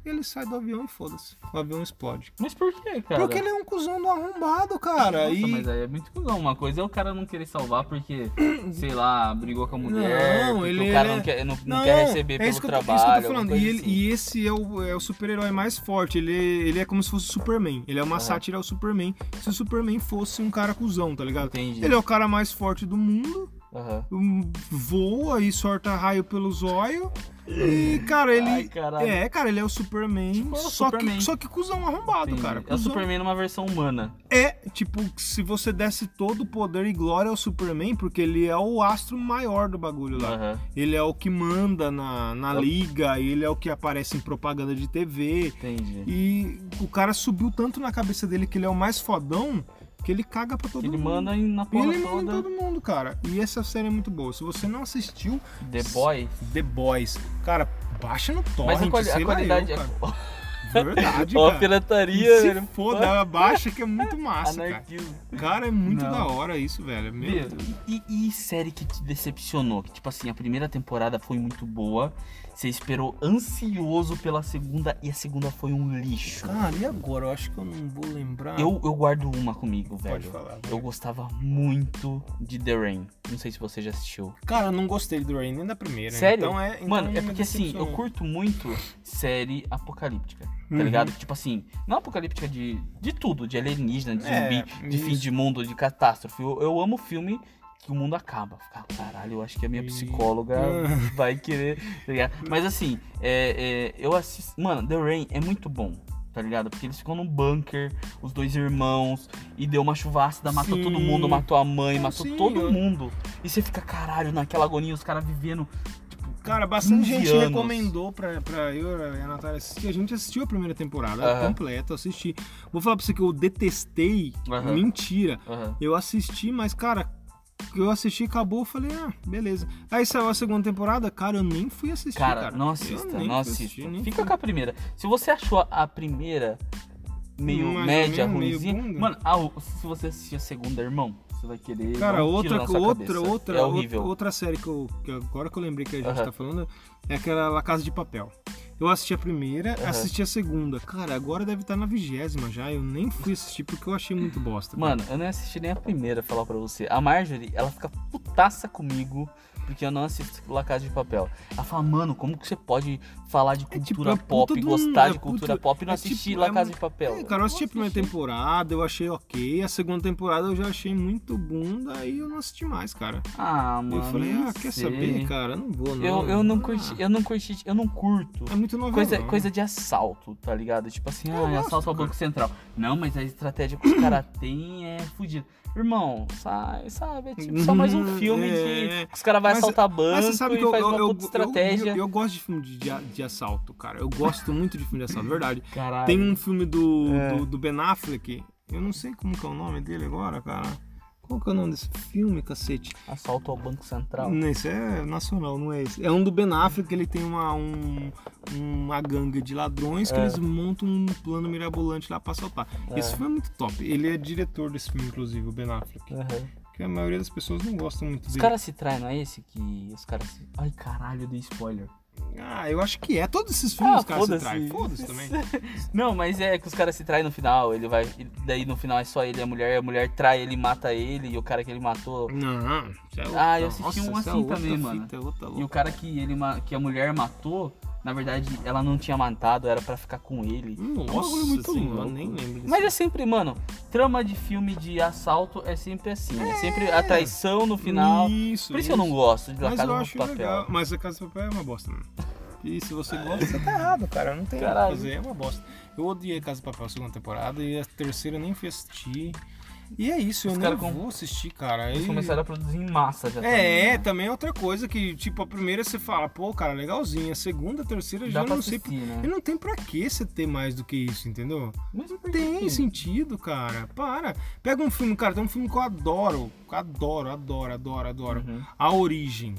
A: Ele sai do avião e foda-se. O avião explode.
B: Mas por que, cara?
A: Porque ele é um cuzão do arrombado, cara.
B: Nossa,
A: e...
B: mas aí é muito cuzão. Uma coisa é o cara não querer salvar
A: <coughs>
B: porque, sei lá, brigou com a mulher.
A: Não,
B: porque
A: ele-
B: o cara
A: ele
B: não
A: é-
B: quer, não, não quer receber pelo
A: isso que eu tô- é
B: trabalho.
A: isso que eu tô
B: alguma
A: falando.
B: coisa
A: E, ele-
B: assim.
A: e esse é o, é o super-herói mais forte. Ele, ele é como se fosse o Superman. Ele é uma
B: Aham.
A: sátira ao Superman. Se o Superman fosse um cara cuzão, tá ligado?
B: Entendi.
A: Ele é o cara mais forte do mundo,
B: Aham.
A: um- voa e sorta raio pelos olhos. E, cara, ele.
B: Ai, caralho.
A: é, cara, ele é o Superman.
B: Tipo, é o
A: só,
B: Superman.
A: Que, só que cuzão arrombado,
B: Entendi.
A: cara.
B: É o
A: Cuzão.
B: Superman numa versão humana.
A: É, tipo, se você desse todo o poder e glória ao Superman, porque ele é o astro maior do bagulho lá.
B: Aham,
A: Ele é o que manda na, na
B: Eu-
A: liga, ele é o que aparece em propaganda de TV.
B: entendi.
A: E o cara subiu tanto na cabeça dele que ele é o mais fodão que ele caga pra todo
B: ele
A: mundo.
B: manda em- na
A: E
B: porra
A: ele manda em
B: toda.
A: todo mundo, cara. E essa série é muito boa. Se você não assistiu
B: The Boy.
A: The Boys, cara, baixa no torrent,
B: Mas a, quali- a
A: sei lá
B: qualidade
A: eu,
B: é.
A: cara.
B: <laughs>
A: Verdade,
B: Ó, a
A: cara.
B: pirataria,
A: se
B: velho.
A: foda, baixa que é muito
B: <laughs>
A: massa, cara.
B: Anarquismo.
A: Cara, é muito
B: Não.
A: da hora isso, velho. Meu
B: Bia,
A: Deus.
B: E, e série que te decepcionou? Que, tipo assim, a primeira temporada foi muito boa, você esperou ansioso pela segunda e a segunda foi um lixo.
A: Cara, e agora? Eu acho que eu não vou lembrar.
B: Eu, eu guardo uma comigo,
A: Pode
B: velho.
A: falar.
B: Eu gostava muito de The Rain. Não sei se você já assistiu.
A: Cara, eu não gostei do Rain nem da primeira.
B: Sério?
A: Então é, então
B: Mano, é
A: me
B: porque assim, eu
A: decepcionou.
B: curto muito série apocalíptica, tá
A: Uhum.
B: ligado? Tipo assim, não apocalíptica de, de tudo, de alienígena, de
A: É,
B: zumbi, de fim
A: isso.
B: de mundo, de catástrofe. Eu, eu amo filme que o mundo acaba. Ficar, caralho, eu acho que a minha
A: E-
B: psicóloga
A: Ah.
B: vai querer, tá ligado? Mas assim, é, é, eu assisto. Mano, The Rain é muito bom. Tá ligado? Porque eles ficam num bunker, os dois irmãos, e deu uma chuvascada, matou
A: Sim.
B: todo mundo, matou a mãe,
A: Não,
B: matou
A: sim,
B: todo
A: eu-
B: mundo. E você fica, caralho, naquela agonia, os caras vivendo
A: Cara, bastante
B: 15
A: gente
B: anos.
A: recomendou pra, pra eu e a Natália assistir. A gente assistiu a primeira temporada
B: Aham.
A: completa, eu assisti. Vou falar pra você que eu detestei.
B: Aham.
A: Mentira.
B: Aham.
A: Eu assisti, mas, cara, eu assisti, acabou, eu falei, ah, beleza. Aí saiu a segunda temporada, cara, eu nem fui assistir. Cara,
B: Cara, não
A: Eu
B: assista,
A: nem
B: não
A: fui
B: assista.
A: assistir, nem
B: Fica
A: fui.
B: com a primeira. Se você achou a primeira meio
A: Mais ou
B: média,
A: menos, meio
B: ruimzinha,
A: bunda.
B: mano, a o- se você assistir a segunda, irmão, você vai querer. dar
A: Cara,
B: um tiro
A: outra,
B: na sua
A: outra,
B: cabeça.
A: outra,
B: É
A: outra,
B: horrível.
A: outra série que eu. que agora que eu lembrei que a gente
B: Aham.
A: tá falando, é aquela La Casa de Papel. Eu assisti a primeira,
B: Aham.
A: assisti a segunda. Cara, agora deve estar na vigésima já. Eu nem fui assistir porque eu achei muito bosta. cara.
B: Mano, eu não assisti nem a primeira, falar pra você. A Marjorie, ela fica putaça comigo porque eu não assisto La Casa de Papel. Ela fala, mano, como que você pode falar de
A: É tipo,
B: cultura
A: é puta
B: pop,
A: de um-
B: gostar
A: é
B: de cultura
A: puta-
B: pop e não
A: é tipo,
B: assistir
A: é
B: La
A: um-
B: Casa de Papel? assim?
A: É, cara, eu assisti a primeira
B: temporada.
A: temporada, eu achei ok. A segunda temporada eu já achei muito bunda, aí eu não assisti mais, cara.
B: Ah, mano.
A: eu falei,
B: não
A: ah, quer
B: sei.
A: saber, cara? Não vou, não.
B: Eu, eu não
A: Ah,
B: curti, eu não curti, eu não curto.
A: É muito novela.
B: Coisa, coisa de assalto, tá ligado? Tipo assim,
A: Eu
B: ah,
A: gosto,
B: assalto ao
A: cara.
B: Banco Central. Não, mas a estratégia que os <coughs> caras têm é fudida. Irmão, sai, sabe? É tipo só mais um
A: Uhum,
B: filme
A: é.
B: que os caras vão
A: Mas-
B: assaltar banco
A: Mas você sabe
B: e
A: que eu,
B: faz
A: eu,
B: uma
A: eu-
B: puta
A: eu-
B: estratégia.
A: eu- eu gosto de filme de, de- de assalto, cara. Eu gosto muito de filme de
B: <laughs>
A: assalto, verdade.
B: Caralho.
A: Tem um filme do,
B: É.
A: do, do Ben Affleck, eu não sei como que é o nome dele agora, cara. Qual que é o nome desse filme, cacete?
B: Assalto ao Banco Central.
A: Não, esse é nacional, não é esse. É um do Ben Affleck, que ele tem uma, um- uma gangue de ladrões que
B: É.
A: eles montam um plano mirabolante lá pra assaltar.
B: É.
A: Esse filme é muito top. Ele é diretor desse filme, inclusive, o Ben Affleck.
B: Aham.
A: Que a maioria das pessoas não gosta muito
B: É. Os
A: dele.
B: caras se traem, não é esse que os caras se. Ai, caralho, eu dei spoiler.
A: Ah, eu acho que é. Todos esses filmes os caras se
B: Ah, foda-se. é-
A: traem. Foda-se também.
B: Não, mas é que os caras se traem no final, ele vai. ele- Daí no final é só ele e a mulher, a mulher trai ele, mata ele, e o cara que ele matou.
A: Não, isso é outra.
B: Ah, eu assisti um
A: isso é
B: assim
A: outra
B: também, mano.
A: fita, é outra
B: E
A: louca.
B: o cara que ele ma- que a mulher matou, na verdade, ela não tinha matado, era pra ficar com ele.
A: Nossa,
B: bagulho muito
A: senhora,
B: louco.
A: nem lembro disso.
B: Mas é sempre, mano, trama de filme de assalto é sempre assim. É, sempre a traição no final.
A: Isso,
B: Por isso que eu não gosto de La
A: Mas
B: Casa
A: eu
B: de
A: acho
B: Papel. Ah,
A: legal. Mas a Casa de Papel é uma bosta, mano. E se você gosta, você tá errado, cara. Não tem nada a
B: Caralho.
A: fazer, é uma bosta. Eu odiei Casa de Papel a segunda temporada e a terceira eu nem fui assistir. E é isso, eu
B: Os
A: não
B: caras com-
A: vou assistir, cara.
B: Eles
A: E-
B: começaram a produzir em massa já. também,
A: É, é,
B: né?
A: também é outra coisa que, tipo, a primeira você fala, pô, cara, legalzinha. A segunda, a terceira, eu
B: Dá
A: já
B: pra
A: não sei.
B: assistir, né?
A: E não tem pra que você ter mais do que isso, entendeu?
B: Mas por
A: Tem
B: quê?
A: sentido, cara. Para. Pega um filme, cara, tem um filme que eu adoro. Adoro, adoro, adoro, adoro.
B: Uhum.
A: A Origem.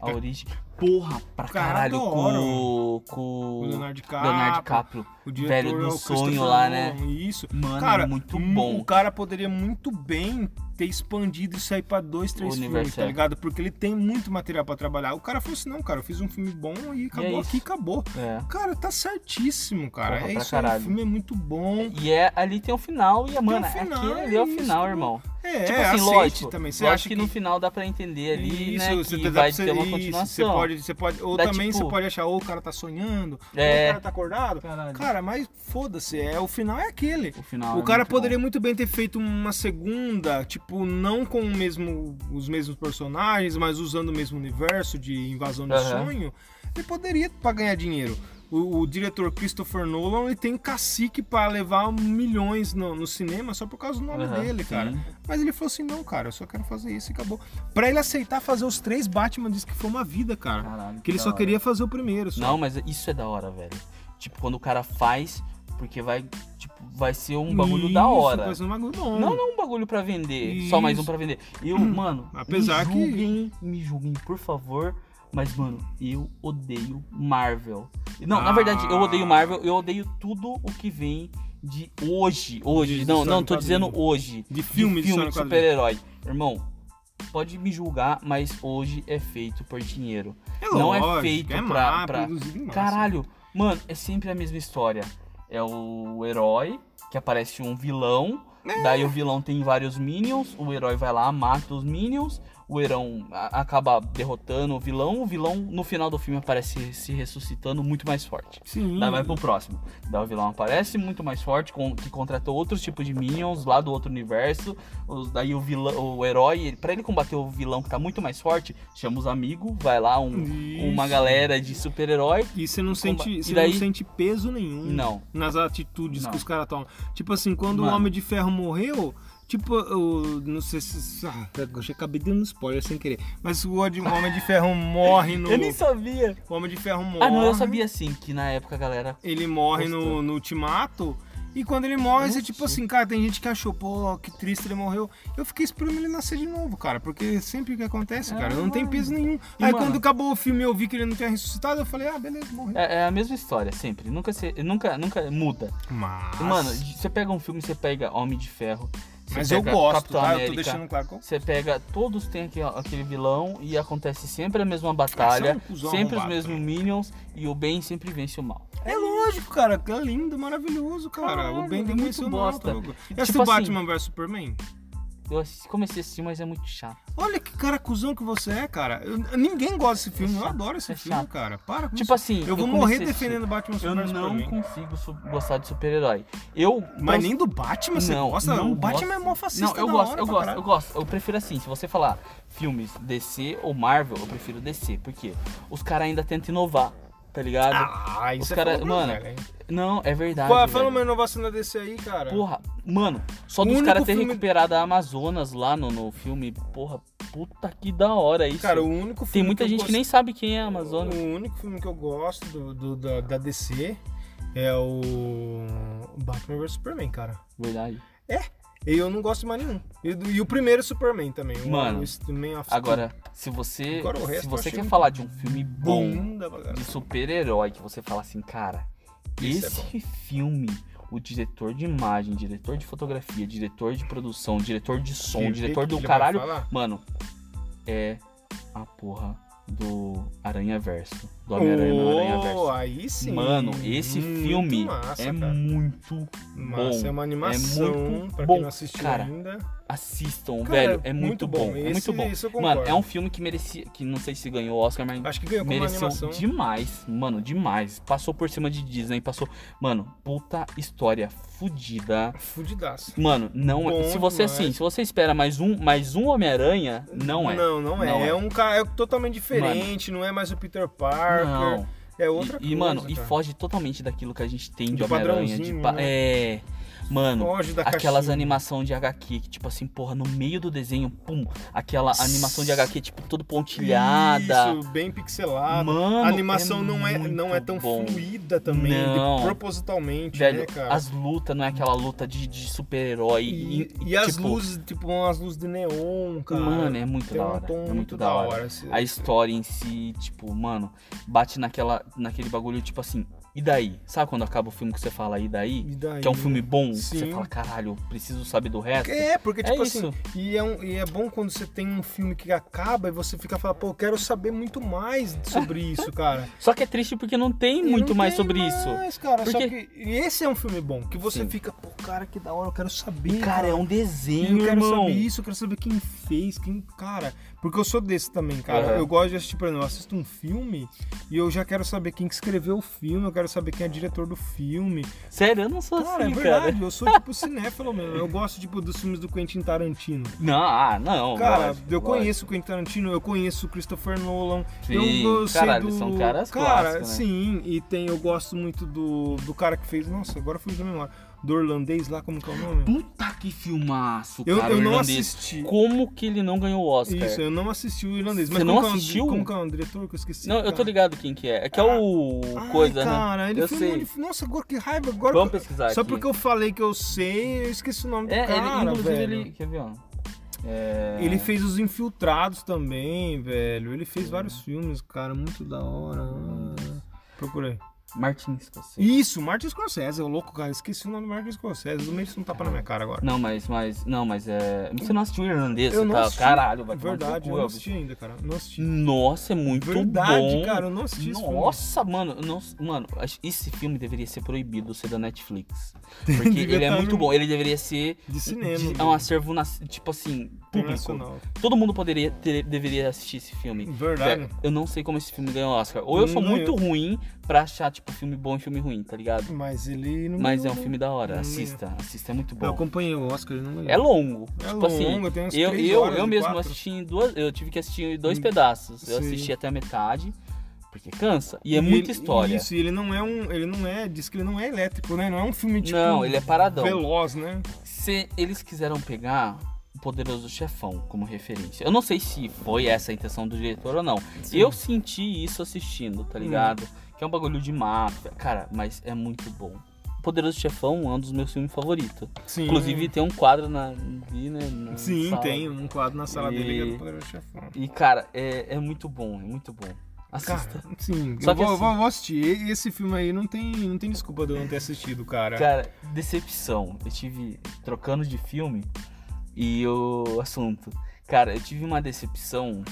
B: A origem. Porra, pra
A: Cara,
B: caralho
A: adoro.
B: com, com
A: O Leonardo DiCaprio.
B: Leonardo DiCaprio.
A: O diretor
B: Velho do
A: é o
B: sonho
A: Christopher
B: lá, né?
A: Nolan, Isso.
B: Mano, é
A: cara,
B: muito
A: um-
B: bom.
A: O cara poderia muito bem ter expandido isso aí pra dois, três filmes,
B: universo,
A: tá
B: é.
A: ligado? Porque ele tem muito material pra trabalhar. O cara falou assim, não, cara, eu fiz um filme bom e acabou
B: isso.
A: aqui, acabou.
B: É.
A: Cara, tá certíssimo, cara.
B: Porra,
A: é
B: pra
A: isso aí, o
B: caralho.
A: filme é muito bom.
B: E é, ali tem um final e, mano,
A: um final,
B: aquele ali
A: é
B: é o
A: isso,
B: final,
A: né?
B: irmão.
A: É,
B: tipo
A: é,
B: assim,
A: aceite
B: lógico.
A: também. Você
B: lógico
A: acha
B: que,
A: que...
B: no final dá pra entender ali,
A: isso,
B: né?
A: você
B: que
A: dá
B: vai
A: pra
B: ter uma
A: isso, Você
B: continuação.
A: pode, você pode, ou
B: Dá,
A: também
B: tipo-
A: você pode achar, ou o cara tá sonhando, ou o
B: É.
A: cara tá acordado.
B: Caralho.
A: Cara, mas foda-se, é, o final é aquele.
B: o final é
A: O cara
B: muito bom.
A: poderia muito bem ter feito uma segunda, tipo, não com o mesmo- os mesmos personagens, mas usando o mesmo universo de invasão de
B: Aham.
A: sonho. Ele poderia pra ganhar dinheiro. O, o diretor Christopher Nolan ele tem cacique pra levar milhões no, no cinema só por causa do nome
B: Aham,
A: dele, cara.
B: sim.
A: Mas ele falou assim: não, cara, eu só quero fazer isso e acabou. Pra ele aceitar fazer os três Batman, disse que foi uma vida, cara.
B: Caralho,
A: que ele
B: da
A: só
B: hora.
A: queria fazer o primeiro. Só.
B: Não, mas isso é da hora, velho. Tipo, quando o cara faz, porque vai, tipo, vai ser um bagulho da
A: Isso,
B: hora.
A: vai ser um bagulho bom.
B: Não, não um bagulho pra vender, só mais um pra vender. Eu, mano,
A: Hum. Apesar
B: me
A: que-
B: julguem, me julguem, por favor. Mas, mano, eu odeio Marvel. Não, na
A: Ah.
B: verdade, eu odeio Marvel, eu odeio tudo o que vem de hoje. Hoje,
A: De
B: não,
A: história
B: não,
A: em
B: tô dizendo
A: quadrinho.
B: hoje.
A: De filme de
B: de,
A: história
B: filme
A: em
B: de
A: quadrinho.
B: super-herói. Irmão, pode me julgar, mas hoje é feito por dinheiro.
A: É
B: não é
A: lógico,
B: feito
A: é
B: pra-
A: má,
B: pra-
A: produzido em massa.
B: Caralho, mano, é sempre a mesma história. É o herói, que aparece um vilão, daí o vilão tem vários minions, o herói vai lá, mata os minions, o herói a- acaba derrotando o vilão, o vilão no final do filme aparece se ressuscitando muito mais forte.
A: Sim.
B: Daí vai pro próximo. Daí o vilão aparece muito mais forte, com- que contratou outros tipos de minions lá do outro universo. Os- daí o vilão, o herói, ele, pra ele combater o vilão que tá muito mais forte, chama os amigos, vai lá um, uma
A: Isso.
B: galera de super-herói.
A: E você não sente,
B: E
A: você
B: daí-
A: não sente peso nenhum
B: Não.
A: nas atitudes
B: Não.
A: que os caras tomam. Tipo assim, quando
B: Mano.
A: o Homem de Ferro morreu, tipo, eu não sei se. Ah, eu achei- acabei dando spoiler sem querer. Mas o Homem de- o Homem de Ferro
B: <laughs>
A: morre no.
B: Eu nem sabia.
A: O Homem de Ferro morre.
B: Ah, não, eu sabia sim que na época a galera.
A: Ele morre no,
B: Gostou.
A: no Ultimato. E quando ele morre, você,
B: Oxi.
A: tipo assim, cara, tem gente que achou, pô, que triste ele morreu. Eu fiquei esperando ele nascer de novo, cara, porque sempre o que acontece, cara, não tem peso nenhum.
B: E,
A: Aí
B: Ah, mano-
A: quando acabou o filme e eu vi que ele não tinha ressuscitado, eu falei, ah, beleza, morreu.
B: É, é a mesma história, sempre. Nunca, se, nunca, nunca muda.
A: Mas.
B: Mano, você pega um filme, você pega Homem de Ferro. você
A: mas eu
B: pega
A: gosto,
B: Capitão
A: tá? Eu tô
B: América,
A: deixando claro que eu.
B: Você pega, todos têm aquele, aquele vilão e acontece sempre a mesma
A: Ah, você
B: batalha,
A: é um cuzão
B: sempre os
A: arrombado
B: mesmos minions e o bem sempre vence o mal.
A: É lógico, cara, que é lindo, maravilhoso, cara. o
B: Caralho,
A: Ben tá tem
B: muito
A: muito
B: bosta.
A: bosta.
B: Tipo
A: Esse do
B: assim-
A: É Batman vs Superman?
B: Eu assisti- comecei a assistir, mas é muito chato.
A: Olha que cara cuzão que você é, cara. Eu- ninguém gosta desse filme, eu
B: chato,
A: adoro esse
B: é
A: filme,
B: chato.
A: cara. Para com
B: Tipo
A: isso.
B: assim,
A: eu vou
B: comecei
A: morrer
B: a assistir.
A: defendendo Batman vs
B: Eu
A: Superman.
B: não consigo su- gostar de super-herói. Eu
A: Mas
B: gosto-
A: nem do Batman você
B: não,
A: gosta?
B: não
A: o Batman
B: gosto.
A: é mó fascista
B: Não, eu
A: da
B: gosto,
A: hora
B: eu
A: pra
B: gosto,
A: caralho.
B: eu gosto. Eu prefiro assim, se você falar filmes DC ou Marvel, eu prefiro DC. Por quê? Os caras ainda tentam inovar, tá ligado?
A: Ah, isso
B: Os
A: é
B: cara-
A: foda,
B: mano,
A: velho, hein?
B: Não, é verdade.
A: Qual- Fala
B: velho.
A: uma inovação da DC aí, cara.
B: Porra, mano, só
A: O
B: dos
A: único
B: caras ter
A: filme-
B: recuperado a Amazonas lá no, no filme, porra, puta que da hora é isso.
A: Cara, o único filme
B: Tem muita
A: eu
B: gente que nem sabe quem é a Amazonas.
A: O único filme que eu gosto do, do- da, da DC é o Batman vs Superman, cara.
B: Verdade.
A: E eu não gosto de mais nenhum. E, do- e o primeiro Superman também. o-
B: Mano,
A: o Superman of
B: Agora, se você,
A: Agora o resto
B: se
A: eu
B: você
A: achei
B: quer
A: muito
B: falar de um filme bom
A: Bom da bagulha.
B: de super-herói que você fala assim, cara,
A: Isso é
B: esse filme, o diretor de imagem, diretor de fotografia, diretor de produção, diretor de som,
A: Que-
B: diretor
A: que
B: do
A: ele vai
B: caralho,
A: falar?
B: mano, é a porra do Aranha Verso, do Homem-Aranha no Aranha
A: Oh,
B: Verso.
A: aí sim.
B: Mano, esse
A: Muito
B: filme
A: massa,
B: é
A: cara.
B: muito
A: Massa,
B: bom.
A: é uma animação,
B: muito
A: pra
B: bom,
A: quem não assistiu
B: cara.
A: ainda.
B: Assistam,
A: Cara,
B: velho. É muito, bom. É
A: Esse-
B: muito bom.
A: isso eu
B: Mano, é
A: concordo.
B: um filme que merecia. Que não sei se ganhou o Oscar, mas
A: Acho que ganhou como
B: mereceu
A: animação.
B: demais. Mano, demais. Passou por cima de Disney, passou. Mano, puta história fudida.
A: Fudidaço.
B: Mano, não é.
A: Bom
B: Se você
A: demais.
B: assim, se você espera mais um, mais um Homem-Aranha, não é.
A: Não, não é.
B: Não
A: é.
B: é.
A: um cara é totalmente diferente, não é mais o Peter Parker.
B: Não.
A: É
B: E-
A: outra
B: e,
A: coisa.
B: mano, e
A: cara.
B: foge totalmente daquilo que a gente tem de
A: Do
B: Homem-Aranha. De
A: padrãozinho,
B: pa-
A: né?
B: É. Mano,
A: Foge da
B: aquelas
A: caixinha.
B: animação de HQ que, tipo assim, porra, no meio do desenho, pum, aquela animação de HQ, tipo, todo pontilhada.
A: Isso, bem pixelado.
B: Mano,
A: a animação não, é,
B: muito
A: não é tão
B: bom.
A: fluida também, de-
B: Não.
A: propositalmente,
B: Velho,
A: né, cara?
B: as lutas não é aquela luta de, de super-herói.
A: E,
B: E,
A: e as
B: tipo,
A: luzes, tipo, umas luzes de neon, cara.
B: Mano, é muito
A: tem
B: da
A: um
B: hora.
A: tom
B: é muito da hora.
A: esse-
B: A história em si, tipo, mano, bate naquela, naquele bagulho, tipo assim, e daí? Sabe quando acaba o filme que você fala, e daí?
A: E daí?
B: Que é um filme bom, que
A: Sim.
B: você fala, caralho, preciso saber do resto.
A: É, porque, tipo
B: é
A: assim,
B: isso.
A: E é, um- e é bom quando você tem um filme que acaba e você fica falando, pô, eu quero saber muito mais sobre isso, cara.
B: Só que é triste porque não tem
A: E
B: muito
A: não
B: mais
A: tem
B: sobre isso.
A: mais, cara, só
B: Porque-
A: que esse é um filme bom, que você
B: Sim.
A: fica, pô, cara, que da hora, eu quero saber.
B: E, cara, é um desenho,
A: Eu quero
B: irmão.
A: saber isso, eu quero saber quem fez, quem. Cara, porque eu sou desse também, cara.
B: Aham.
A: Eu gosto de assistir, por exemplo, eu assisto um filme e eu já quero saber quem que escreveu o filme, eu quero saber quem é diretor do filme.
B: Sério, eu não sou
A: Cara,
B: assim,
A: é
B: cara.
A: verdade, eu sou tipo cinéfilo mesmo. Eu gosto, tipo, dos filmes do Quentin Tarantino.
B: Não, ah, não.
A: Cara,
B: lógico,
A: eu
B: lógico.
A: conheço o Quentin Tarantino, eu conheço o Christopher Nolan.
B: Sim,
A: eu, eu sei
B: caralho,
A: do-
B: são caras
A: Cara,
B: clássicos, né?
A: sim, e tem, eu gosto muito do, do cara que fez. Nossa, agora fugiu da memória. Do irlandês lá, como que é o nome?
B: Puta que filmaço,
A: Eu,
B: cara,
A: eu
B: o
A: não
B: irlandês.
A: assisti.
B: Como que ele não ganhou o Oscar?
A: Isso, eu não assisti o irlandês. Mas
B: É. Você
A: como
B: não
A: que é o-
B: assistiu?
A: como que é o diretor que eu esqueci?
B: Não, eu tô
A: cara?
B: ligado quem que é. É que é
A: Ah,
B: o
A: Ai,
B: coisa,
A: cara,
B: né?
A: ele
B: eu
A: foi-
B: sei.
A: ele- nossa, agora que raiva. Agora
B: Vamos
A: que eu-
B: pesquisar
A: Só
B: aqui.
A: porque eu falei que eu sei, eu esqueci o nome
B: É,
A: do cara,
B: ele, inclusive,
A: velho.
B: ele. Quer ver, ó? É...
A: Ele fez Os Infiltrados também, velho. Ele fez vários filmes, cara, muito da hora. Ah, Procurei.
B: Martin Scorsese.
A: Isso, Martin Scorsese, é o louco, cara. Esqueci o nome do Martin Scorsese. Do meio isso não tapa na minha cara agora.
B: Não, mas, mas. Não, mas é. Você não assistiu o irlandês,
A: Eu
B: você
A: não
B: tá.
A: assisti. É
B: Caralho, vai tomar no seu
A: Verdade, eu
B: cu,
A: não
B: Elvis.
A: assisti ainda, cara. Não assisti.
B: Nossa, é muito
A: Verdade,
B: bom.
A: cara, eu não assisti esse filme.
B: Nossa, mano, eu não, mano, acho- esse filme deveria ser proibido ser da
A: <laughs>
B: Netflix. Porque
A: Devia
B: ele é
A: estar
B: muito
A: no-
B: bom. Ele deveria ser
A: De cinema. né?
B: de- é um
A: velho.
B: acervo, na- tipo assim, público.
A: Internacional.
B: Todo mundo poderia ter- deveria assistir esse filme.
A: Verdade. Hum,
B: Velho, Eu não sei como esse filme ganhou Oscar. Ou eu sou
A: Não
B: muito ruim pra achar, tipo, filme bom e filme ruim, tá ligado?
A: Mas ele não.
B: Mas é um
A: ganhou,
B: filme da hora.
A: Não
B: Assista, assista, é muito
A: né? Eu
B: bom.
A: acompanhei o Oscar, ele não ganhou.
B: É longo.
A: É
B: tipo assim,
A: longo, tem umas
B: eu,
A: três
B: eu,
A: horas
B: eu
A: e
B: mesmo
A: quatro.
B: assisti em duas. Eu tive que assistir em dois
A: Hum,
B: pedaços. Eu
A: sim.
B: assisti até a metade, porque cansa. E é
A: E
B: muita
A: ele-
B: história.
A: Isso, e ele não é um. Ele não é. Diz que ele não é elétrico, né? Não é um filme tipo.
B: Não, ele é paradão.
A: Veloz, né?
B: Se eles quiseram pegar o Poderoso Chefão como referência. Eu não sei se foi essa a intenção do diretor ou não. Eu senti isso assistindo,
A: Hum.
B: tá ligado? Que é um bagulho de máfia. Cara, mas é muito bom. Poderoso Chefão é um dos meus filmes favoritos.
A: Sim.
B: Inclusive tem um quadro na. ali, né, na
A: Sim,
B: sala.
A: tem um quadro na sala dele que é
B: E-
A: do Poderoso Chefão.
B: E, cara, é, é muito bom, é muito bom. Assista.
A: Cara, sim,
B: Só
A: eu
B: que
A: vou,
B: assim-
A: vou- vou assistir. E- Esse filme aí não tem, não tem desculpa de eu não ter assistido, cara.
B: Cara, decepção. Eu tive trocando de filme e o assunto. Cara, eu tive uma decepção.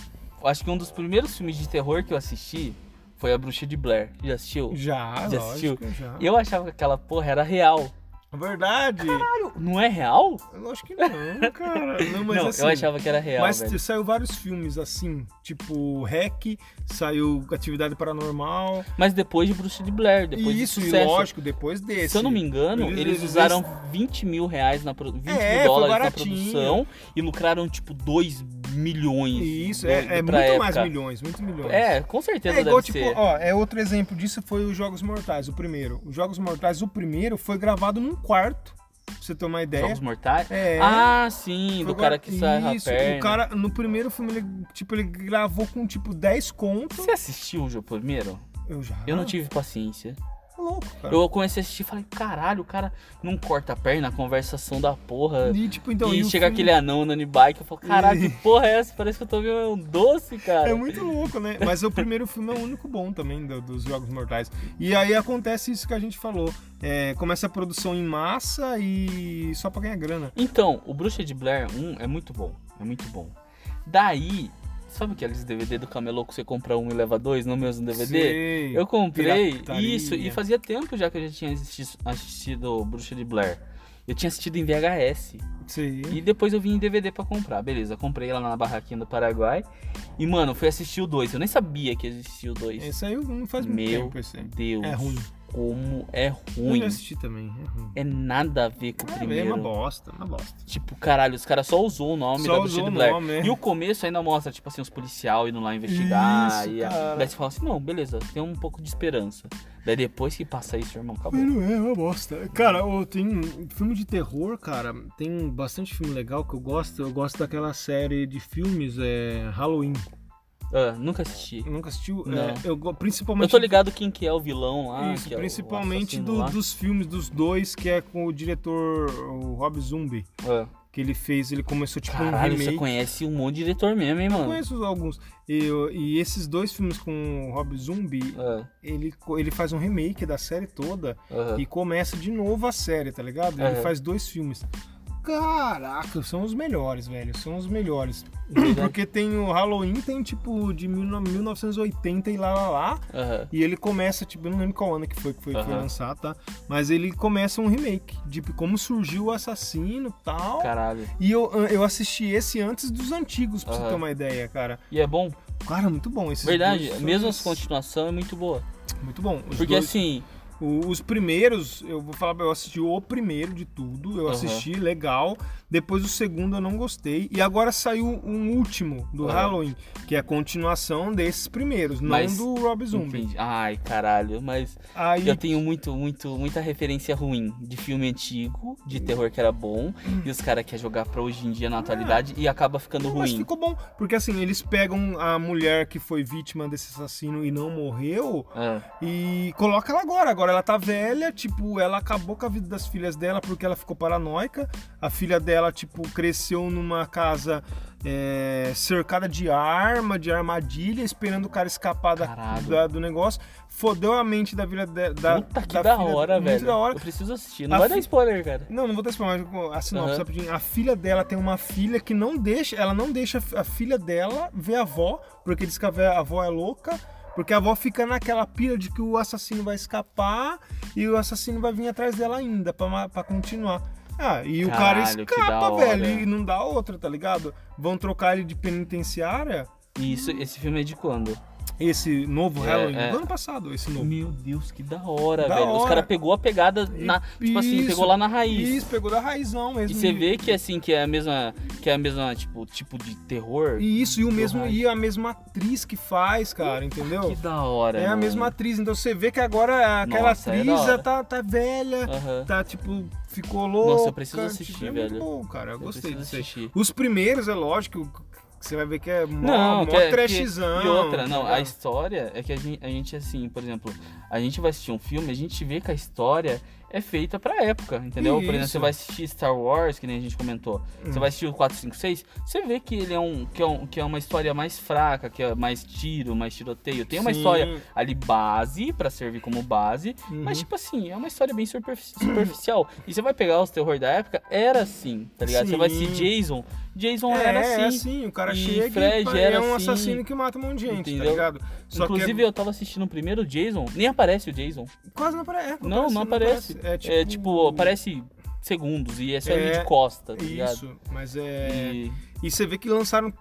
B: Eu Acho que um dos primeiros filmes de terror que eu assisti foi A Bruxa de Blair. Já assistiu?
A: já,
B: já
A: lógico, já.
B: Eu achava que aquela porra era real.
A: Verdade?
B: Caralho, não é real?
A: Lógico que não, cara. Não, mas
B: não,
A: assim,
B: eu achava que era real,
A: mas
B: velho.
A: saiu vários filmes assim, tipo Hack, saiu Atividade Paranormal.
B: Mas depois de Bruxa de Blair, depois
A: e
B: de
A: isso, e
B: sucesso.
A: lógico, depois desse.
B: Se eu não me engano,
A: Eles-
B: eles,
A: eles-
B: usaram 20 mil reais na produ- 20
A: É,
B: mil
A: foi
B: dólares na
A: baratinho.
B: produção e lucraram tipo 2 milhões.
A: E isso,
B: do-
A: é, é
B: né, pra
A: muito
B: época.
A: mais milhões, muito milhões.
B: É, com certeza
A: É igual,
B: deve
A: tipo,
B: ser.
A: ó, é outro exemplo disso foi os Jogos Mortais, o primeiro. Os Jogos Mortais, o primeiro, foi gravado num quarto, pra você ter uma ideia.
B: Jogos Mortais.
A: É.
B: Ah, sim,
A: Foi
B: do cara
A: gra-
B: que sai a
A: Isso,
B: perna.
A: o cara, no primeiro filme, ele, tipo, ele gravou com, tipo, 10 contos.
B: Você assistiu o jogo primeiro?
A: Eu já.
B: Eu não tive paciência.
A: Tá louco, cara.
B: Eu comecei a assistir e falei, caralho, o cara não corta a perna, conversação da porra.
A: E, tipo, então,
B: e
A: o filme-
B: chega aquele anão andando de bike, eu falo, caralho,
A: <laughs>
B: que porra é essa? Parece que eu tô vendo um doce, cara.
A: É muito louco, né? Mas o primeiro filme é o único bom também do- dos Jogos Mortais. E aí acontece isso que a gente falou. É, começa a produção em massa e só pra ganhar grana.
B: Então, o Bruxa de Blair 1 é muito bom. É muito bom. Daí, sabe é aqueles DVD do camelô que você compra um e leva dois no mesmo DVD?
A: Sei.
B: Eu comprei
A: Pirataria.
B: isso e fazia tempo já que eu já tinha assisti- assistido Bruxa de Blair. Eu tinha assistido em VHS.
A: Sei.
B: E depois eu vim em DVD pra comprar. Beleza, comprei lá na barraquinha do Paraguai. E, mano, fui assistir o 2. Eu nem sabia que existia o 2.
A: Esse aí não faz muito
B: Meu
A: tempo esse aí.
B: Deus.
A: É ruim.
B: como é
A: Eu
B: ruim.
A: já assisti também. É ruim.
B: É nada a ver com o
A: É,
B: primeiro.
A: uma bosta, uma bosta.
B: Tipo, caralho, os caras só usou o nome
A: Só usou
B: da Bruxa de
A: o
B: Blair.
A: nome, é.
B: tá E o começo ainda mostra, tipo assim, os policial indo lá investigar.
A: Isso,
B: e a-
A: cara.
B: Daí você fala assim, não, beleza, tem um pouco de esperança. Daí depois que passa isso, irmão, acabou.
A: Mas não é uma bosta. Cara, ô, tem filme de terror, cara. Tem bastante filme legal que eu gosto. Eu gosto daquela série de filmes, é Halloween.
B: Ah, nunca assisti.
A: Nunca assistiu?
B: Não.
A: É, eu go- principalmente
B: Eu tô ligado quem que é o vilão lá.
A: Isso,
B: que é o
A: principalmente
B: assassino
A: do-
B: lá.
A: dos filmes dos dois, que é com o diretor o Rob Zombie,
B: Ah.
A: que ele fez, ele começou tipo
B: Caralho,
A: um
B: você
A: remake.
B: conhece um monte de diretor mesmo, hein, mano?
A: Conheço alguns. E, e esses dois filmes com o Rob Zombie,
B: Ah,
A: ele, co- ele faz um remake da série toda
B: aham.
A: e começa de novo a série, tá ligado? Ele
B: Aham.
A: faz dois filmes. Caraca, são os melhores, velho. São os melhores.
B: Verdade.
A: Porque tem o Halloween, tem tipo de 19- 1980 e lá lá lá.
B: Aham.
A: E ele começa, tipo, eu não lembro qual ano que foi que foi, que foi
B: Aham.
A: lançado, tá? Mas ele começa um remake de como surgiu o assassino e tal.
B: Caralho.
A: E eu, eu assisti esse antes dos antigos, pra
B: Aham.
A: você ter uma ideia, cara.
B: E é bom?
A: Cara, muito bom esses
B: Verdade,
A: dois
B: mesmo as
A: filmes.
B: continuação é muito boa.
A: Muito bom. Os,
B: Porque
A: dois-
B: assim,
A: o- os primeiros, eu vou falar, pra- eu assisti o primeiro de tudo, eu
B: Aham.
A: assisti, legal. Depois o segundo eu não gostei. E agora saiu um último do
B: Aham.
A: Halloween, que é a continuação desses primeiros,
B: Mas-
A: não do Rob Zombie.
B: entendi. Ai, caralho, mas
A: Aí,
B: eu tenho muito, muito, muita referência ruim de filme antigo, de terror que era bom,
A: Hum.
B: e os caras querem jogar pra hoje em dia na atualidade e acaba ficando
A: Ah. Mas
B: ruim.
A: ficou bom, porque assim, eles pegam a mulher que foi vítima desse assassino e não morreu
B: Ah,
A: e coloca ela agora. Agora ela tá velha, tipo, ela acabou com a vida das filhas dela porque ela ficou paranoica. A filha dela, tipo, cresceu numa casa é, cercada de arma, de armadilha, esperando o cara escapar da-
B: Caralho.
A: da- do negócio. Fodeu a mente da filha de- da
B: puta que
A: da
B: da,
A: filha-
B: hora,
A: muito
B: velho.
A: da hora. Ah,
B: Eu preciso assistir. Não
A: A
B: vai
A: fi-
B: dar spoiler, cara.
A: Não, não vou dar spoiler, mas a sinopse
B: Aham.
A: rapidinho. A filha dela tem uma filha que não deixa, ela não deixa a filha dela ver a avó, porque diz que a vé- a avó é louca, porque a avó fica naquela pira de que o assassino vai escapar e o assassino vai vir atrás dela ainda pra, ma- pra continuar. Ah, e o cara
B: Caralho, que da
A: escapa,
B: hora.
A: velho, e não dá outra, tá ligado? Vão trocar ele de penitenciária,
B: E isso,
A: Hum.
B: esse filme é de quando?
A: esse novo
B: É,
A: Halloween,
B: é.
A: do ano passado, esse novo.
B: Meu Deus, que da hora,
A: Hum. Da
B: velho. Os
A: hora.
B: caras pegou a pegada na. Tipo assim,
A: Isso,
B: pegou lá na raiz.
A: Isso, pegou da raizão
B: E
A: mesmo.
B: você vê que assim, que é a mesma. Que é a mesma, tipo, tipo de terror.
A: E isso, e, o
B: Do
A: mesmo,
B: raio.
A: e a mesma atriz que faz, cara, entendeu?
B: Que da hora.
A: É a
B: mano.
A: mesma atriz, então você vê que agora aquela
B: Nossa, é da
A: atriz já
B: hora.
A: tá, tá velha,
B: Aham.
A: tá tipo, ficou louca.
B: Nossa, eu preciso
A: tipo,
B: assistir,
A: é
B: velho.
A: Muito bom, cara, eu,
B: Eu
A: gostei
B: preciso
A: disso aí.
B: assistir.
A: Os primeiros, é lógico, que você vai ver que é mó,
B: Não,
A: mó
B: que é- que-
A: trashzão.
B: E outra, não, a
A: tá ligado?
B: história é que a gente, a gente, assim, por exemplo, a gente vai assistir um filme, a gente vê que a história é feita pra época, entendeu? Por exemplo,
A: Isso. Hum.
B: você vai assistir Star Wars, que nem a gente comentou, você vai assistir o 456, você vê que ele é um que é, um, que é uma história mais fraca, que é mais tiro, mais tiroteio. Tem uma
A: Sim.
B: história ali base pra servir como base,
A: Uhum.
B: mas tipo assim, é uma história bem superfici- superficial. e você vai pegar os terror da época, era assim, tá ligado? Você vai assistir
A: Sim.
B: Jason, Jason
A: é,
B: era
A: é
B: assim.
A: assim, o cara
B: E
A: chega
B: Fred
A: e
B: era
A: é um
B: assim.
A: assassino que mata um monte de gente, tá
B: Entendeu?
A: ligado? Só é
B: Inclusive, eu tava assistindo o primeiro Jason, nem aparece o Jason.
A: que é- quase não aparece.
B: Não, não aparece.
A: É
B: É tipo, aparece segundos e é só ele
A: É,
B: de costa, tá ligado?
A: Isso, mas é...
B: E
A: E você vê que lançaram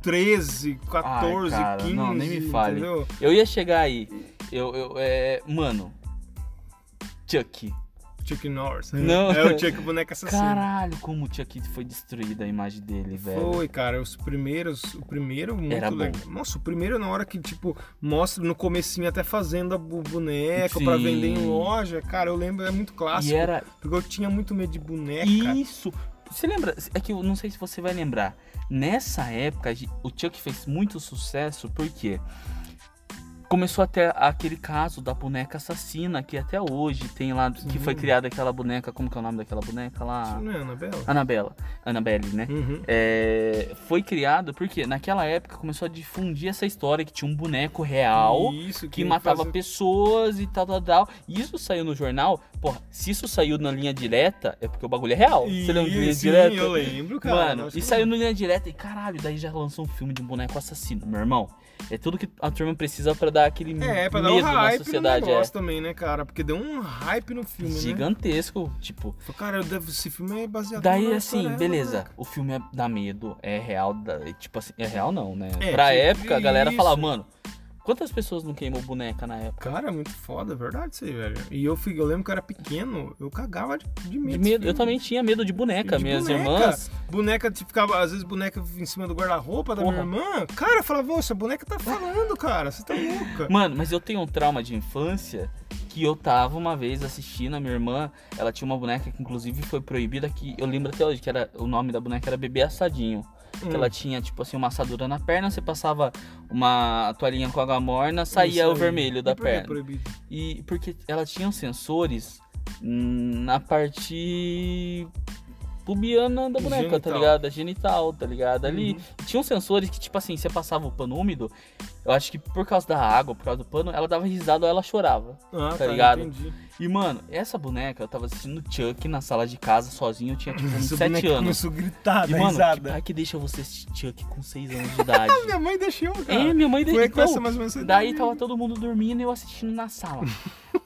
A: 13, 14,
B: Ai, cara,
A: 15.
B: não, nem me fale.
A: Entendeu?
B: eu ia chegar aí. Eu, eu, é. Mano. Chucky.
A: Chuck Norris.
B: Não.
A: É o Chuck boneco assassino.
B: Caralho, como o Chucky foi destruída a imagem dele, velho.
A: Foi, um cara, os primeiros, o primeiro muito
B: Era bom.
A: legal. Nossa, o primeiro na hora que, tipo, mostra no comecinho até fazendo a bu- boneca pra
B: Sim.
A: vender em loja, cara, eu lembro, é muito clássico.
B: E era
A: Porque eu tinha muito medo de boneca.
B: Isso! Você lembra? É que eu não sei se você vai lembrar. Nessa época, a gen- o Chuck fez muito sucesso porque começou até aquele caso da boneca assassina que até hoje tem lá, que foi
A: Sim.
B: criada aquela boneca, como que é o nome daquela boneca lá?
A: Isso não é, Anabela?
B: Anabela. Annabelle, né?
A: Uhum.
B: É, foi criado porque naquela época começou a difundir essa história que tinha um boneco real
A: Isso,
B: que matava
A: fazia-
B: pessoas e tal, tal, tal. E isso saiu no jornal. Porra, se isso saiu na linha direta, é porque o bagulho é real. Você lembra de linha
A: Sim,
B: direta?
A: eu lembro, cara.
B: Mano,
A: nossa,
B: e saiu na linha direta e caralho, daí já lançou um filme de um boneco assassino, meu irmão. É tudo que a turma precisa pra dar aquele
A: É, pra dar um
B: medo na
A: hype no
B: sociedade,
A: negócio também, né, cara? Porque deu um hype no
B: é.
A: filme, né?
B: Gigantesco, tipo.
A: Falei, Cara, eu devo- esse filme é baseado
B: Daí
A: numa
B: assim,
A: história
B: beleza,
A: real, né?
B: o filme é, dá medo, é real, dá- é, tipo assim, é real não, né?
A: É,
B: pra
A: tipo,
B: época a galera
A: isso.
B: fala, mano, Quantas pessoas não queimou boneca na época?
A: Cara, é muito foda, é verdade isso aí, velho. E eu, fui- eu lembro que eu era pequeno, eu cagava de, de medo. desse
B: De medo. Eu
A: filme.
B: também tinha medo de boneca.
A: De
B: Minhas
A: boneca.
B: irmãs.
A: Boneca tipo, ficava, às vezes, boneca em cima do guarda-roupa da minha
B: Porra.
A: irmã. Cara, eu falava, "Ô, essa boneca tá falando, cara, você tá louca.
B: Mano, mas eu tenho um trauma de infância que eu tava uma vez assistindo a minha irmã. Ela tinha uma boneca que inclusive foi proibida que eu lembro até hoje que era o nome da boneca era Bebê Assadinho. <laughs> Que
A: Hum.
B: ela tinha tipo assim uma assadura na perna, você passava uma toalhinha com água morna, saía
A: Isso
B: o
A: aí.
B: vermelho da
A: E por que é
B: perna.
A: proibido?
B: E porque ela tinha uns sensores hum, na parte pubiana da boneca, tá
A: Genital.
B: ligado? A Genital, tá ligado? Ali.
A: Uhum.
B: E Tinha uns sensores que, tipo assim, você passava o pano úmido, eu acho que por causa da água, por causa do pano, ela dava risada ou ela chorava.
A: Ah, tá,
B: ligado?
A: Entendi.
B: E, mano, essa boneca, eu tava assistindo Chuck na sala de casa sozinho, eu tinha tipo uns
A: Essa
B: 7
A: boneca
B: anos.
A: começou a gritar,
B: E,
A: dar
B: mano, que
A: risada.
B: pai que deixa você assistir Chuck com 6 anos
A: <laughs>
B: de idade?
A: Minha mãe deixou, cara.
B: é, minha mãe deixa.
A: Foi com essa
B: Então,
A: mais ou menos essa
B: Daí
A: ideia.
B: tava todo mundo dormindo e eu assistindo na sala.